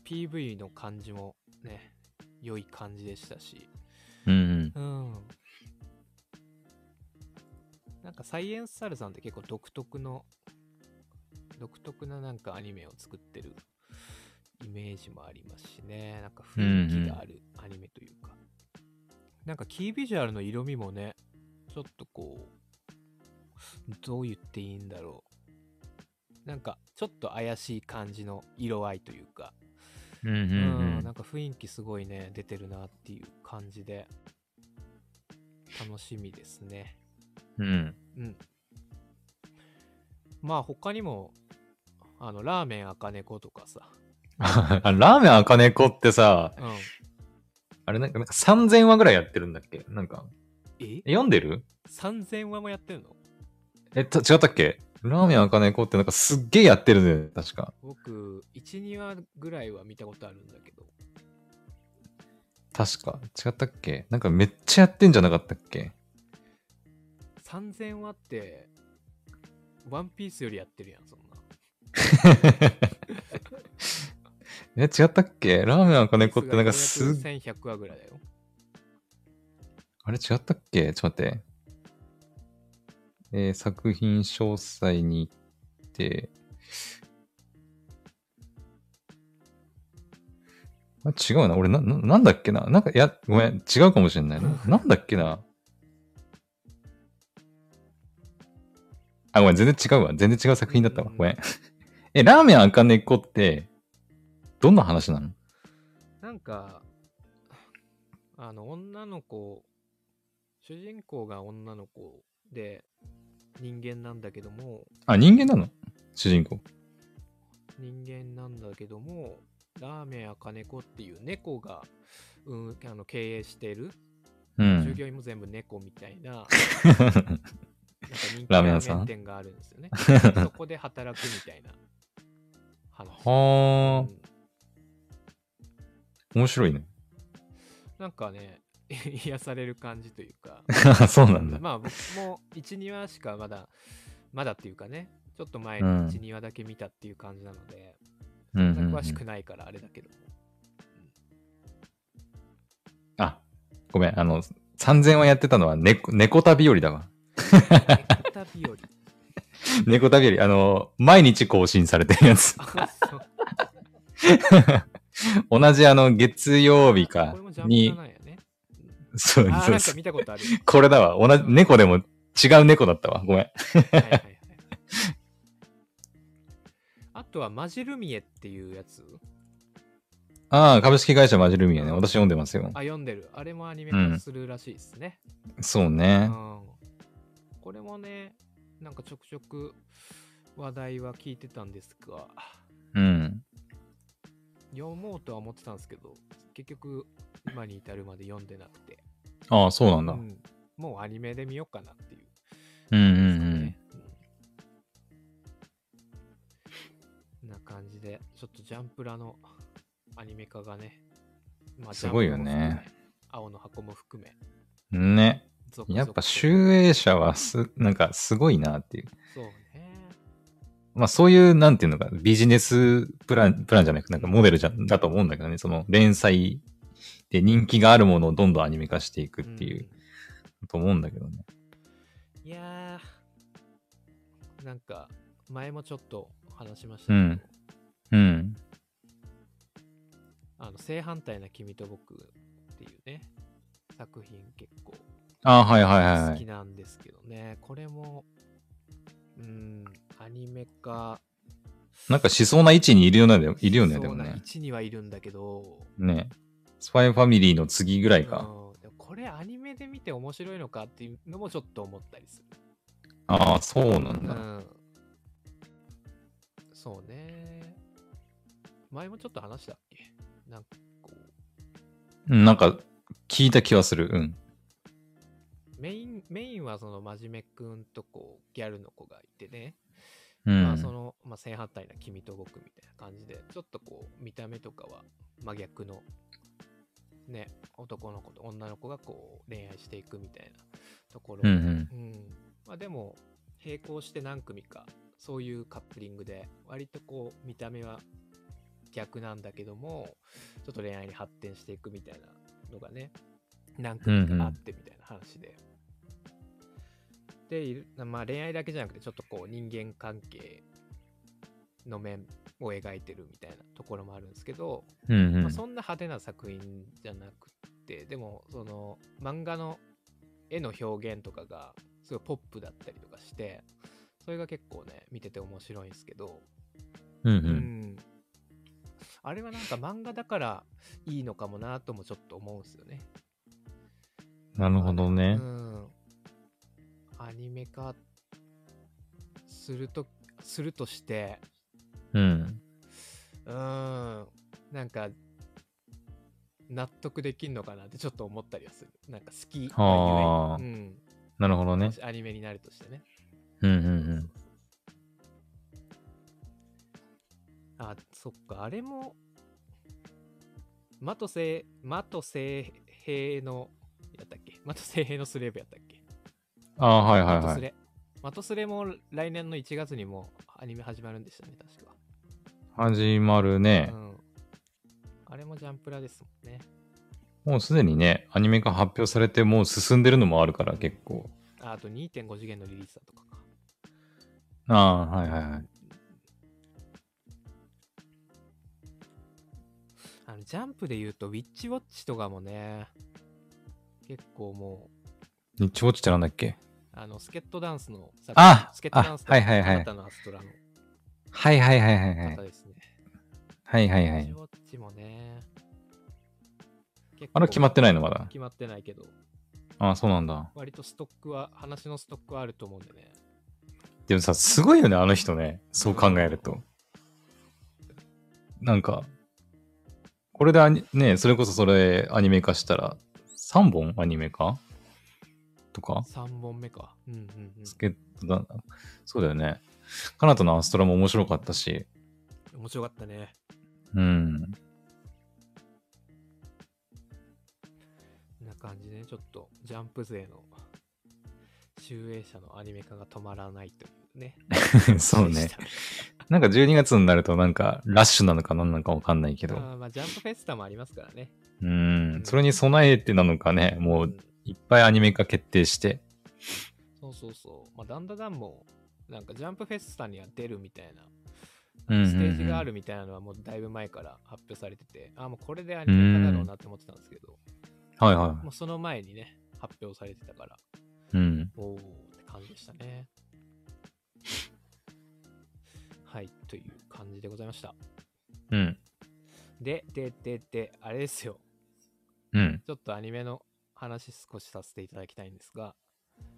PV の感じもね、良い感じでしたし、うんうん。なんかサイエンスサルさんって結構独特の、独特ななんかアニメを作ってるイメージもありますしね、なんか雰囲気があるアニメというか、なんかキービジュアルの色味もね、ちょっとこう、どう言っていいんだろう。なんかちょっと怪しい感じの色合いというか、うんうんうんうん、なんか雰囲気すごいね、出てるなっていう感じで、楽しみですね。うんうんうん。まあ、他にも、あの、ラーメン赤猫とかさ、あ ラーメン赤猫ってさ、うん。あれなんかなんか3000話ぐらいやってるんだっけなんか、え え読んでる ?3000 話もやってるのえっと、違ったっけラーメン赤猫ってなんかすっげえやってるね、確か。僕、1、2話ぐらいは見たことあるんだけど、確か。違ったっけなんかめっちゃやってんじゃなかったっけ3000話って、ワンピースよりやってるやん、そんな。え、違ったっけラーメン赤猫ってなんかすっ1100話ぐらいだよ。あれ違ったっけちょっと待って。えー作品詳細に行って。あ違うな。俺な、な、なんだっけな。なんか、いや、ごめん。違うかもしれないな。なんだっけな。あ、ごめん。全然違うわ。全然違う作品だったわ。ごめん。 え、ラーメン赤猫って、どんな話なのなんか、あの、女の子、主人公が女の子で人間なんだけども、あ、人間なの主人公。人間なんだけども、ラーメン赤猫っていう猫が、うん、あの経営してる、う従ん。業員も全部猫みたい な、なんか人気ラーメンラ屋ーさメんン店があるんですよね。そこで働くみたいな話。 はあう、ん面白いね。なんかね、癒される感じというか。あ そうなんだ。まあ僕も1、2話しかまだ、まだっていうかね、ちょっと前にうん1、2話だけ見たっていう感じなので、うんうんそんうなん詳しくないからあれだけど も。あ、ごめん。あの、3000話やってたのは猫、猫旅よりだわ。 ネタ日和。。猫旅より、あの、毎日更新されてるやつ あそう同じあの、月曜日かこれもジャンにプ、なんやね。そうあー、なそうんかそう。見たことある。これだわ。同じ、猫でも違う猫だったわ。ごめん。はいはいはい。あとは、マジルミエっていうやつ。ああ、株式会社マジルミやね。私読んでますよ。あ、読んでる。あれもアニメ化するらしいですね。そうね。うん、これもね、なんかちょくちょく話題は聞いてたんですが、うん。読もうとは思ってたんですけど、結局今に至るまで読んでなくて、ああ、そうなんうだ。ん、もうアニメで見ようかなっていう。うんうんうですかんね。うんな感じで、ちょっとジャンプラのアニメ化がね、まあすごいよね。ジャンプも含め青の箱も含め、ね。続々やっとぱ、集英社はす、なんか、すごいなっていう。そうね。まあそういう、なんていうのか、ビジネスプラン、プランじゃなくて、なんかモデルじゃ、だと思うんだけどね、その連載で人気があるものをどんどんアニメ化していくっていう、んと思うんだけどね。いやー、なんか、前もちょっと話しましたけど、うんうん。あの正反対な君と僕っていうね、作品結構あはいはいはいは好きい。なんですけどね、これも、うん、アニメ化。なんかしそうな位置にいるよね、でもいるよね、そうでなもね。 1にはいるんだけど、ね。スパイファミリーの次ぐらうんいでか。もこれアニメで見て面白いのかっていうのもちょっと思ったりする。ああ、そうなんうだ。ん。そうね。前もちょっと話したっけなんかこう、うん、なんか、聞いた気はする。うん。メイン、メインはその真面目くんとこう、ギャルの子がいてね。うまあそん。の、まあ正反対な君と僕みたいな感じで、ちょっとこう、見た目とかは真逆の、ね、男の子と女の子がこう、恋愛していくみたいなところ。うんうん。うんまあでも、並行して何組か、そういうカップリングで、割とこう、見た目は逆なんだけども、ちょっと恋愛に発展していくみたいなのがね、何組かあってみたいな話で。でいる、まあ、恋愛だけじゃなくて、ちょっとこう人間関係の面を描いてるみたいなところもあるんですけど、うんうまあ、んそんな派手な作品じゃなくってでもその漫画の絵の表現とかがすごいポップだったりとかしてそれが結構ね見てて面白いんですけど、うんううんあれはなんか漫画だからいいのかもなともちょっと思うんですよね。なるほどねう。ん、アニメ化するとするとしてうん。うーん、なんか、納得できんのかなってちょっと思ったりはする。なんか好きがはあゆえになるほどうん、ね。アニメになるとしてね。うんうんうん。あ、そっか、あれも、マトセ、マトセ平の、やったっけマトセ平のスレーブやったっけああ、はいはいマトはスい。レ。マトスレも来年の1月にもうアニメ始まるんでしたね、確か。始まるねう。ん。あれもジャンプラですもんね。もうすでにね、アニメが発表されて、もう進んでるのもあるから、結構。ああと2.5次元のリリースだとかか。ああ、はいはいはい。あのジャンプで言うと、ウィッチウォッチとかもね、結構もう、日ちぼちってなんだっけあの、スケットダンスの、あスケットダンスあはいはいはいあなたのアストラのはいはいはいはいはい方。ですね。はいはいはウィッチいウ。ォッチもね、結構あれ決まってないのまだ。決まってないけど、ああ、そうなんだ。割とストックは、話のストックはあると思うんでね。でもさ、すごいよね、あの人ね。そう考えると。なんか、これでアニね、それこそそれアニメ化したら、3本アニメ化とか3本目か。うんうんスケットだそうだよね。カナタのアストラも面白かったし、うん。面白かったね。うん。な感じでね、ちょっと、ジャンプ勢の、集英社のアニメ化が止まらないというね。 そうで ねし。たなんか12月になるとなんかラッシュなのか何なのかわかんないけど。あーまあ、ジャンプフェスタもありますからね。うん。それに備えてなのかね、もんういっぱいアニメ化決定して。そうそうそう。まあ、ダンダダンも、なんかジャンプフェスタには出るみたいな、うんうんうんステージがあるみたいなのはもうだいぶ前から発表されてて、あーもうこれでアニメ化だろうなって思ってたんですけど、はいはもうその前にね、発表されてたから、い。うん。おおって感じでしたね。はい、という感じでございました。うん。で、で、で、で、あれですよ。うん。ちょっとアニメの話少しさせていただきたいんですが、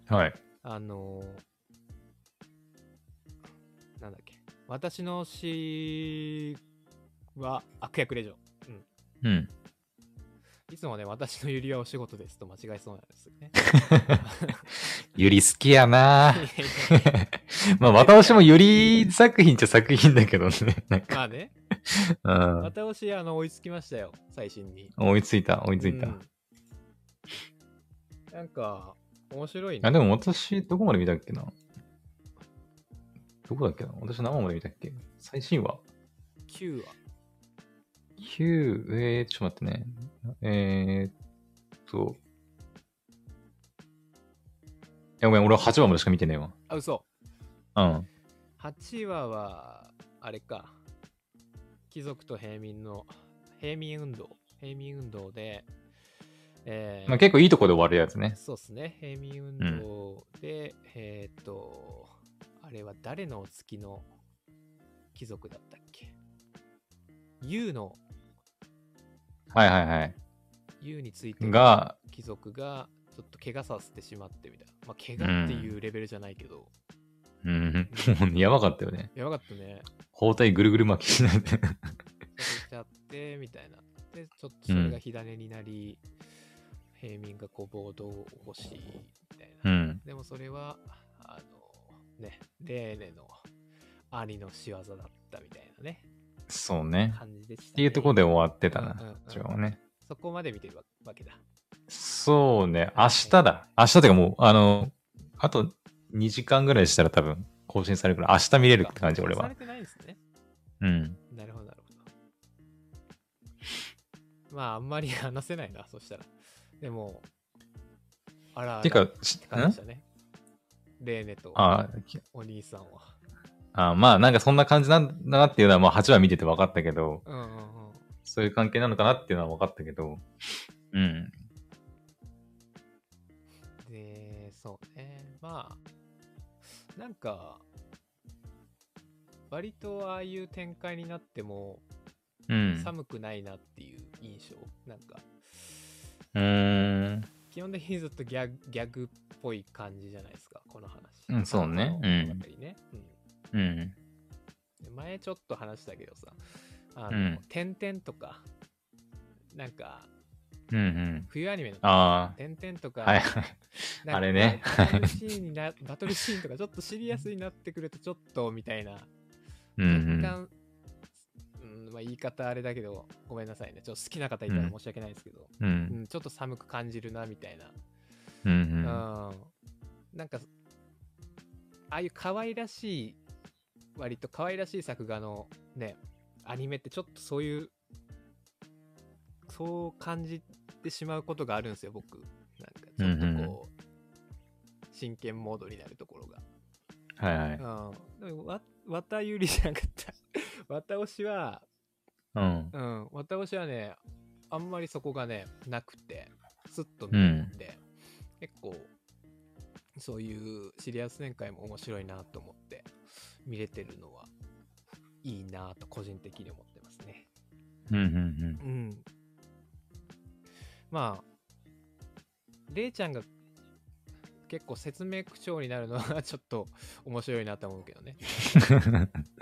はい。あのーなんだっけ。私の詩は悪役令嬢。うん。いつもね、私の指輪お仕事ですと間違えそうなんですよ ね。ゆり好きや ないやいやまあ私もゆり作品っちゃ作品だけどね。 なんかまあね、うん。私、あの、追いつきましたよ、最新に。追いついた、追いついた。うんなんか、面白いね。あ、でも私、どこまで見たっけなどこだっけな私生まで見たっけ最新話9話。 ?9、えー、ちょっと待ってね。えー、っと。いや、ごめん、俺8話までしか見てねえわ。あ、嘘。うん。 8話は、あれか。貴族と平民の、平民運動。平民運動で、えーまあ結構いいとこで終わるやつね。そうですね、平民運動で、えーっ、と、あれは誰のお月の貴族だったっけ ?U の、はいはいはい。 U についてるが、貴族が、ちょっと怪我させてしまってみたいな。まあ、怪我っていうレベルじゃないけど、うん、 もうやばかったよね。やばかったね。包帯ぐるぐる巻きしないで。させちゃって、みたいな。で、ちょっとそれが火種になり、平民がこう暴動を起こし、みたいな。うん。でもそれは、あの、ね、レーネの兄の仕業だったみたいなね、そうね。感じでした、ね。っていうところで終わってたうんうな。んうん一応ね。そこまで見てるわわけだ。そうね。明日だ。明日てかもう、あの、あと2時間ぐらいしたら多分更新されるから、明日見れるって感じ、俺さはれ。てないんですね。うん。なるほど、なるほど。まあ、あんまり話せないな、そしたら。でも、あらあらてか、しって感んじだね。レーネとあきお兄さんは。あ、まあなんかそんな感じなんだなっていうのは、まあ8話見てて分かったけど、うんうんうん。そういう関係なのかなっていうのは分かったけど、うん。で、そうね。まあ、なんか、割とああいう展開になってもうん。寒くないなっていう印象。なんか、うーん。基本的にずっとギャグギャグっぽい感じじゃないですか、この話。うんそうねうんやっぱりね。うんうん。で前ちょっと話したけどさ、あうのん、点々とか、なんか、うんうん。冬アニメのあ点々とあ、か、はいはい。なんかあれねバトルシーンに なバトルシーンとかちょっとシリアスになってくるとちょっとみたいな、うん若うん。干、うんまあ、言い方あれだけど、ごめんなさいね。ちょっと好きな方いたら申し訳ないですけど、ううんん。ちょっと寒く感じるなみたいな。うんうん。うん、なんか、ああいう可愛らしい、割と可愛らしい作画のね、アニメってちょっとそういう、そう感じてしまうことがあるんですよ、僕。なんかちょっとこう、真剣モードになるところが。はいはい。うん、でもわ、わたゆりじゃなかった。 わたおしは、うん。うん、私はね、あんまりそこがね、なくて、スッと見るんで、結構、そういうシリアス展開も面白いなと思って、見れてるのは、いいなと個人的に思ってますね。うんうんうん。まあ、れいちゃんが結構説明口調になるのは ちょっと面白いなと思うけどね。うん。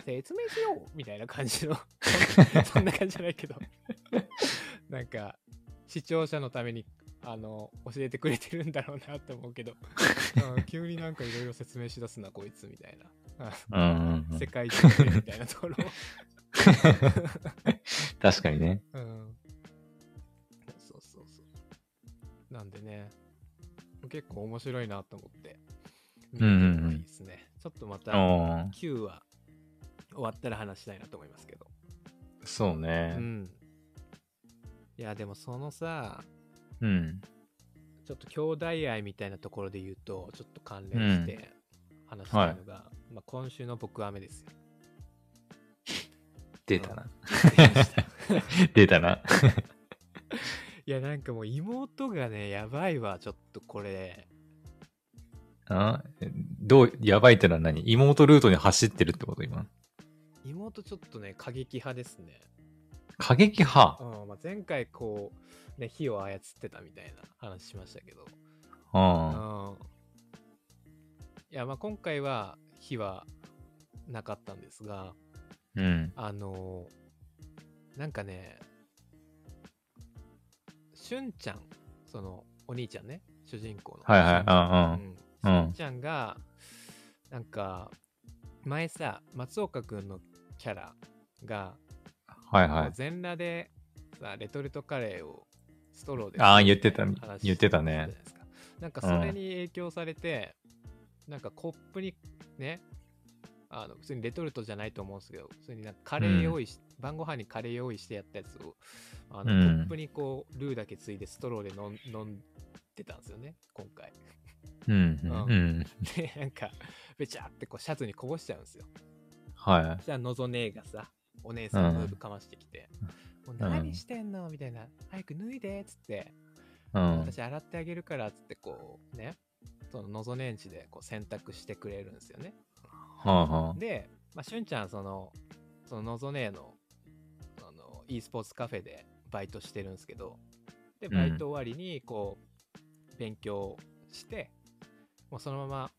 説明しようみたいな感じ のそんな感じじゃないけどなんか視聴者のためにあの教えてくれてるんだろうなと思うけ どうん急になんかいろいろ説明しだすなこいつみたいなあうんうんうん世界中でみたいなとこ ろを、確かにね。うん、そうそうそうなんでね結構面白いなと思って見てるのがいいですね、ちょっとまおたー9話終わったら話したいなと思いますけどそううね。ん。いや、でもそのさ、うん。ちょっと兄弟愛みたいなところで言うと、ちょっと関連して話したいのが、まあ、今週の僕雨ですよ。 出たな。うん。出たな。いや、なんかもう妹がね、やばいわ、ちょっとこれ。あどう、やばいってのは何妹ルートに走ってるってこと今。妹ちょっとね、過激派ですね。過激派。うんまあ、前回こう、ね、火を操ってたみたいな話しましたけど。うん。うん。いや、まあ今回は火はなかったんですが、うん。あのーなんかね、しゅんちゃん、そのお兄ちゃんね、主人公の。はいはい。俊あちゃんうんうん俊ちゃんが、なんか、前さ、松岡君のキャラが、うん。はいはい。全裸でさ、レトルトカレーをストローで。あー言ってた話してた言ってたねじゃないですか。なんかそれに影響されて、なんかコップにね、あの普通にレトルトじゃないと思うんですけど、普通になんかカレー用意し、晩ご飯にカレー用意してやったやつを、あのうんコップにこう、ルーだけついでストローで飲ん飲んでたんですよね、今回。うん。うん。で、なんか、べちゃってこうシャツにこぼしちゃうんですよ。はそしたらのぞねえがさ、お姉さんのムーブかましてきて、もう何してんのみたいな、早く脱いでっつって、い。うん。私洗ってあげるからっつってこうね、そののぞねえんちでこう洗濯してくれるんですよね。はあはで、まあ、しゅんちゃんその、そののぞねえの、あの、e スポーツカフェでバイトしてるんですけど、で、うんバイト終わりにこう、勉強して、もうそのまま、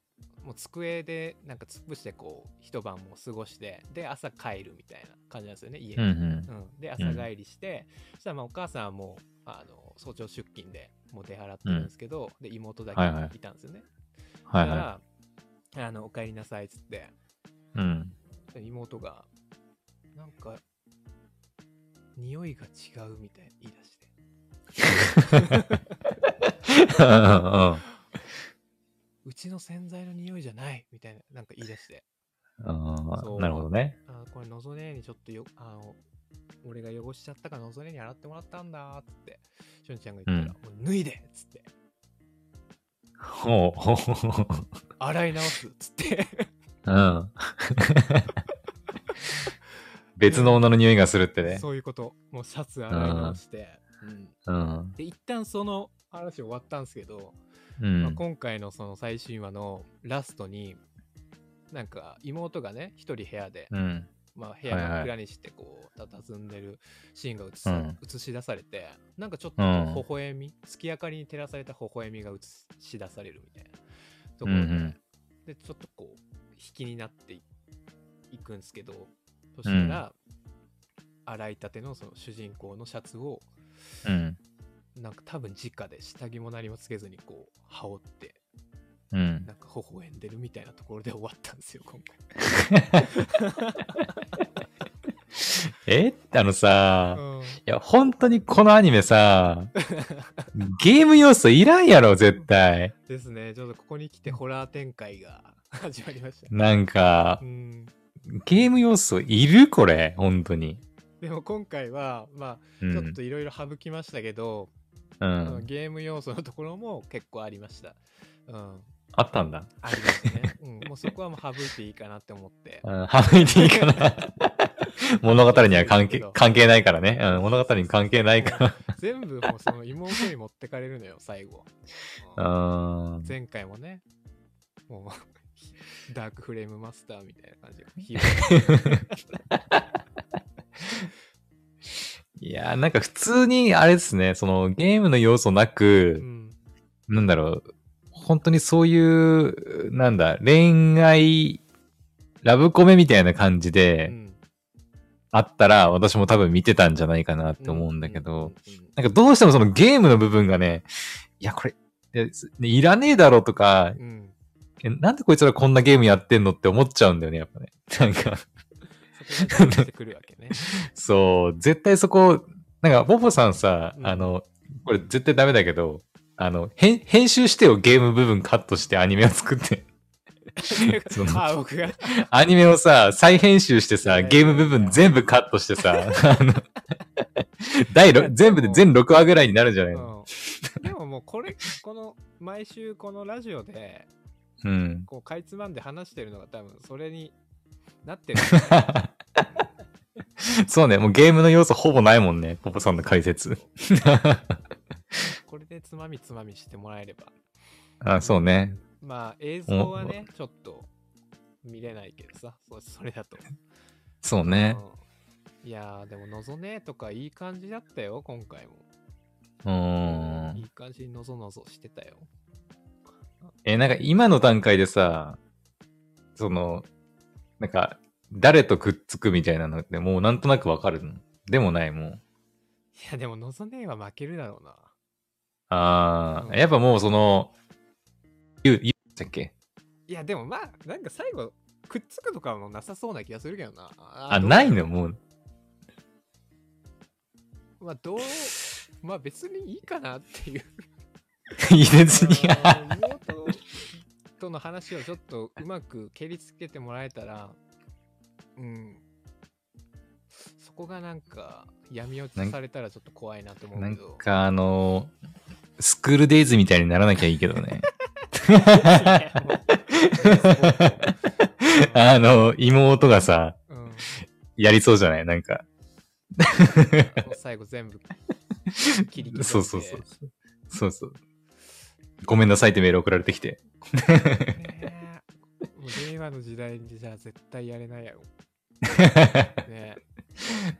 もう机でなんか突っ伏してこう一晩も過ごしてで朝帰るみたいな感じなんですよね家に、うんうん。うん、で朝帰りして、そしたらまあお母さんはもうあの早朝出勤でもう出払ってるんですけど、で妹だはいはいけいたんですよね、はいだはからあの「お帰りなさい」っつってい。うん。で妹がなんか匂いが違うみたいに言い出してうちの洗剤の匂いじゃないみたいななんか言い出してうん。なるほどね。あーこれのぞねえにちょっとよあの俺が汚しちゃったからそれに洗ってもらったんだーっつって、しゅんちゃんが言ったら、もう脱いでっつって、ほうほうほうほう。洗い直すっつって、うん。別の女の匂いがするって ね。そういうこと、もうシャツ洗い直して、うん、うん。で、一旦その話終わったんですけど、うまあ、ん。今回のその最新話のラストに、なんか妹がね、一人部屋で、うん。まあ、部屋はいはいが暗にしてこう、佇んでるシーンが映さうん映し出されて、なんかちょっとうん微笑み、月明かりに照らされた微笑みが映し出されるみたいなところで、うんうんで、ちょっとこう、引きになっていいくんですけど、そしたら、洗いたてのその主人公のシャツを、うん。なんか多分直で下着も何もつけずにこう、羽織って、うん。なんか微笑んでるみたいなところで終わったんですよ、今回。えあのさ、うんいや、本当にこのアニ メさ、ゲーム要素いらんやろ、絶対。ですね、ちょっとここに来てホラー展開が 始まりました。なんかう、ん、ゲーム要素いるこれ、本当に。でも今回は、まうあ、ちょっんと。いろいろ省きましたけど、うあのん。ゲーム要素のところも結構ありました。うん、あったんだ。ありましたね。 うん、もうそこはもう省いていいかなって思って。うん、省いていい かな。物語には関係、関係ないからね。うん、物語に関係ないか全部もうその妹に持ってかれるのよ、最後。うんら。うん。前回もね、もう ダークフレームマスターみたいな感じでヒー いやー、なんか普通に、あれですね、そのゲームの要素なロー。うく、ん、なんだろう、本当にそういう、なんだ、恋愛、ラブコメみたいな感じうで、んあったら、私も多分見てたんじゃないかなって思うんだけど、、うんうんうんなんかどうしてもそのゲームの部分がね、いや、これ、いやすいらねえだろうとか、うん、えなんでこいつらこんなゲームやってんのって思っちゃうんだよね、やっぱね。 なんか、そこが出てくるわけね。そう、絶対そこ、なんか、ボボさんさ、うんあの、これ絶対ダメだけど、あの、編編集してよ、ゲーム部分カットしてアニメを作って。 そのあ、僕が。アニメをさ、再編集していやさ、いやいやゲーム部分全部カットしてさ、あの、 第いやで六も全部で全6話ぐらいになるんじゃうないのん、でももうこれ、この、毎週このラジオで、うん。こう、かいつまんで話してるのが多分、それにな ってる。そうね、もうゲームの要素ほぼないもんね、ポポさんの 解説。これでつまみつまみしてもらえれば。あ、そうね。まあ、映像はね、ちょっと見れないけどさ、そそれだと。そうね。うんいやー、でも、のぞねーとかいい感じだったよ、今回も。うーんい。い感じにのぞのぞしてたよ。えーなんか今の段階でさ、その、なんか、誰とくっつくみたいなのってもうなんとなくわかるのでもないもん。いや、でも、のぞねーは負けるだろうな。あうんあ、やっぱもうその、ゆ、ゆ、だっけいや、でもまあ、なんか最後、くっつくとかもなさそうな気がするけどな。ああ、ないののも う。まあ、どう、まあ別にいいかなっていう。いいですに。あの妹との話をちょっとうまく蹴りつけてもらえたら、うん。そこがなんか、闇落ちされたらちょっと怖いなと思なうんけど。かあの、スクールデイズみたいにならなきゃいいけどね。 あの、妹がさ、うん、もやりそうじゃないなんか。う最後全部切り刻んでそうそうそう。そうそう。ごめんなさいってメール送られてきて。ねえもう令和の時代にじゃあ絶対やれない やろ。ね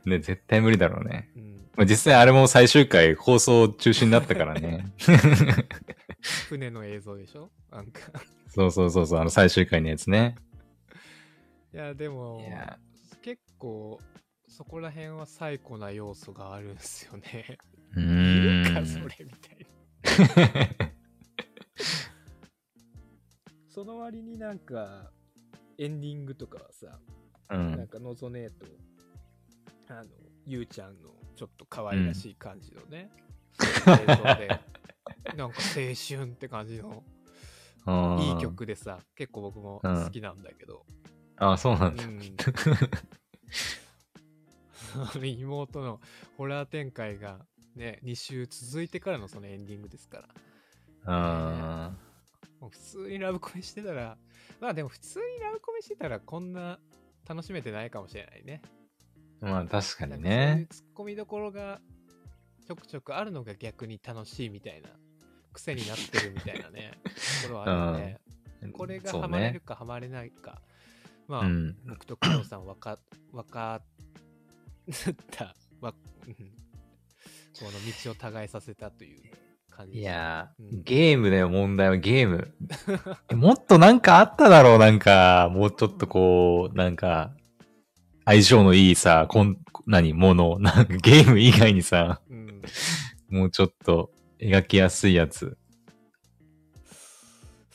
ね、絶対無理だろうね。えうん、まあ実際あれも最終回放送中止になったから ね。船の映像でしょなんか。そうそうそうそう、あの最終回のやつね。いや、でもい、や結構、そこら辺は最古な要素があるんすよね。ういーるか、それん。みたいな。その割になんか、エンディングとかはさ、うなんん。か、のぞねえと、あの、ゆうちゃんの、ちょっと可愛らしい感じの ね、映像で、なんか青春って感じの、あーいい。曲でさ、結構僕も好きなんだけど、あーそうなんだ。うん の妹のホラー展開がね、2週続いてからのそのエンディングですから。うん。もう普通にラブコメしてたら、まあでも普通にラブコメしてたらこんな楽しめてないかもしれないね。まあ確かなんにかそういうね。ツッコミどころがちょくちょくあるのが逆に楽しいみたいな、癖になってるみたいなね、ところはあるよね。これが そうハマれねる。かハマれないか。まあ、うん。僕とカオさん分か、分かった、わ、うんこの道を互いさせたという感じ。いやうーん、ゲームだよ、問題はゲーム。えもっとなんかあっただろう、なんか、もうちょっとこう、なんか、相性のいいさ、こん、何、もの、なんかゲーム以外にさ、うん。もうちょっと描きやすいやつ。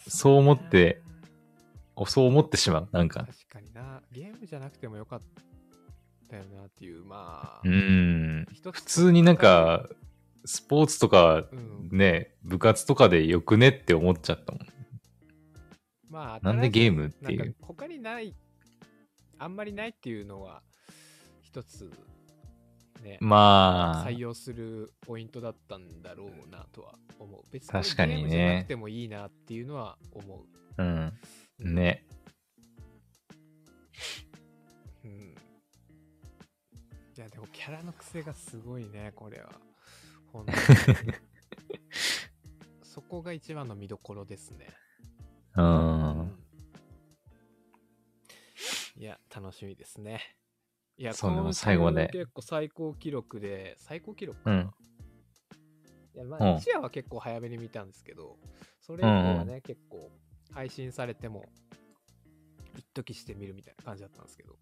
そう思って、おそう思ってしまう、なんか。確かにな。ゲームじゃなくてもよかったよなっていう、まあ、うーん。一つ普通になんか、スポーツとか、うん、ね、部活とかでよくねって思っちゃったもん。まあ、なんでーゲームっなてんいかう。他にない、あんまりないっていうのは、一つ、ね、まあ採、用するポイントだったんだろうなとは思う。別に確かにねゲームじゃなくてもいいなっていうのは思うん。う。うん。ね。うん。いや、でもキャラの癖がすごいね、これは。本当にそこが一番の見どころですね。う。うんいや、楽しみですね。いや、そうね今もう最後まで週結構最高記録で、最高記録かうな。いん。やまうあ、ん一夜は結構早めに見たんですけど、それ以降はね、結構配信されても、一時して見るみたいな感じだったんですけど、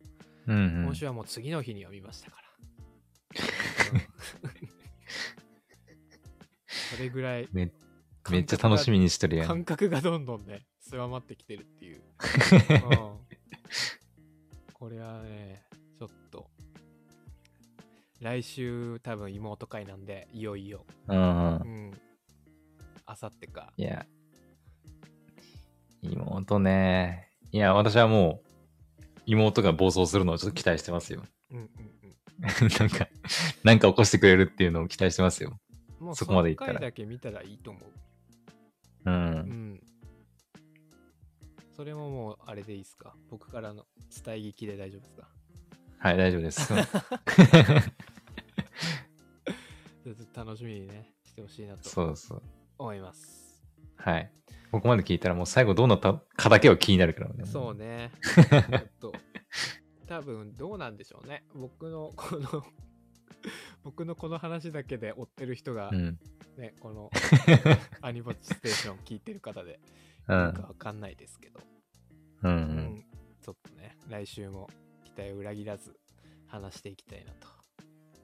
うんうん今週はもう次の日には見ました から。うん それぐらいめめっちゃ楽しみにしてるやん。感覚がどんどんね、狭まってきてるっていう。うんこれはね、ちょっと、来週多分妹会なんで、いよいよ、うんう。うんん、あさってか、いや。妹ね。いや、私はもう、妹が暴走するのをちょっと期待してますよ。 うんうんうなんか、なんか起こしてくれるっていうのを期待してますよ。ん。もうそこまでいったらその回だけ見たらいいと思う。うう。んん。それももうあれでいいですか僕からの伝え聞きで大丈夫ですかはい、大丈 夫です。うんちょっと楽しみにね、してほしいなとそうそう。思います。はい。ここまで聞いたらもう最後どうなったかだけは気になるからね。そう ね。ちょっと、多分どうなんでしょうね。僕のこの、 僕のこの話だけで追ってる人がう、ん。ね、こ のアニボッチステーション聞いてる方で、うなんんか。わかんないですけど、う。うんん、ちょっとね、来週も期待を裏切らず話していきたいなと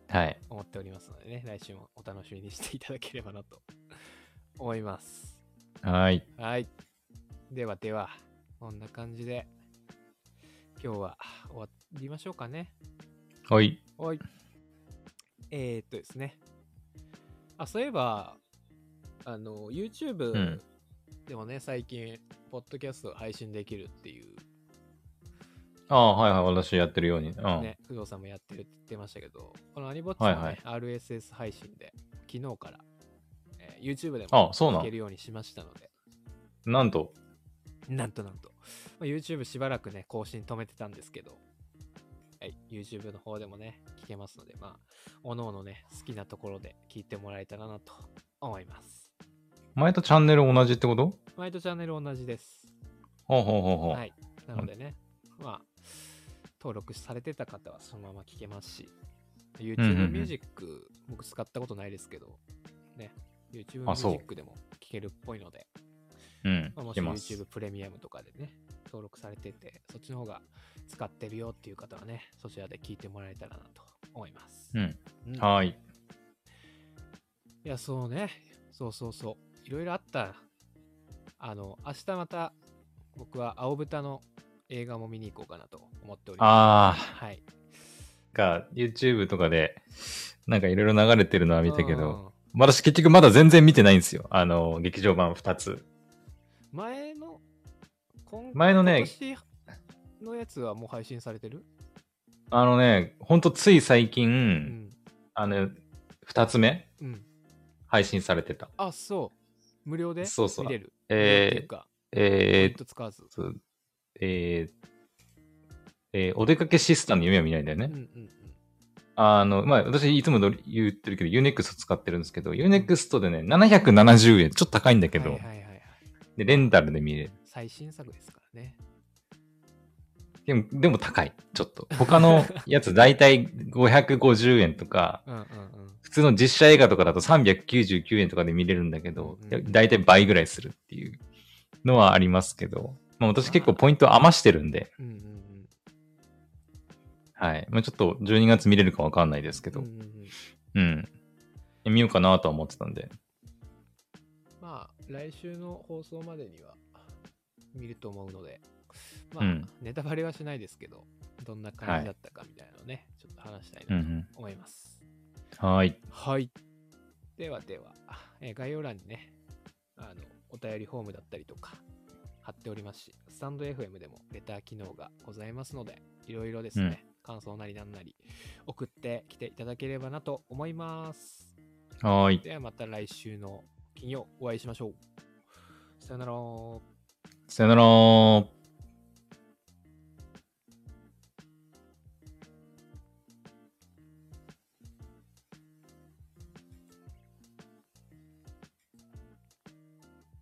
はい。思っておりますのでね、来週もお楽しみにしていただければなと思います。はい。はい。ではでは、こんな感じで、今日は終わりましょうかね。おい。はい。えー、っとですね。あ、そういえば、あの、う YouTube んでもね、最近、ポッドキャスト配信できるっていう、ああ、はいはい。私やってるように。うん。ね、工藤さんもやってるって言ってましたけど、このアニボッチはの、いねはい RSS 配信で、昨日から、えー YouTube であもそうなん聞けるようにしましたので、なんと。 なんとなんと、まあ YouTube しばらくね、更新止めてたんですけど、はい、YouTube の方でもね、聞けますので、まあ、おのおのね、好きなところで聞いてもらえたらなと思います。前とチャンネル同じってこと毎度チャンネル同じです。ほうほうほうほう。はい。なのでね、まあ、登録されてた方はそのまま聞けますし、うんう YouTube んミュージック、僕使ったことないですけど、ね、YouTube ミュあージそうックでも聞けるっぽいので、うん。まあ、もしいけます。 YouTube プレミアムとかでね、登録されてて、そっちの方が使ってるよっていう方はね、そちらで聞いてもらえたらなと思います。うん。うんいはい。や、そうね。そうそうそう。いろいろあった。あの、明日また僕は青豚の映画も見に行こうかなと思っておりまあす。はい。あ、か、YouTube とかで、なんかいろいろ流れてるのは見たけど、うん。私結局まだ全然見てないんですよ。あの、劇場版2つ。前の、今前のね今年のやつはもう配信されてるあのね、ほんとつい最近、うん。あの、二つ目うん。配信されてた。あ、そう。無料でそうそう見れる。っていえうー、か、ネえット使わず。ーっと、えーえーお出かけシスターの夢を見ないんだよね。うんうんあの、まあ、私いつもど言ってるけど、Unext 使ってるんですけど、Unext でね、770円、ちょっと高いんだうけん。ど、はいはいはいはい。でレンタルで見れる。最新作ですからね。でも、でも高い、ちょっと。他のやつだいたい550円とか、うんうんうん。普通の実写映画とかだと399円とかで見れるんだけどうんうん、だいたい倍ぐらいするっていうのはありますけど、まあ私結構ポイント余してるんで、うんうんうん。はい。まあちょっと12月見れるかわかんないですけうどんう、んうんうん。見ようかなとは思ってたんで。まあ、来週の放送までには見ると思うので、まあ、うんネタバレはしないですけど、どんな感じだったかみたいなのね、ちょっと話したいうんうなとん。思います。はい。はい。ではでは、えー概要欄にね、あの、お便りフォームだったりとか、貼っておりますし、スタンド FM でもレター機能がございますので、いろいろですね、感想なりなんなり送ってきていただければなと思います。はい。ではまた来週の金曜お会いしましょう。さよなら。さよなら。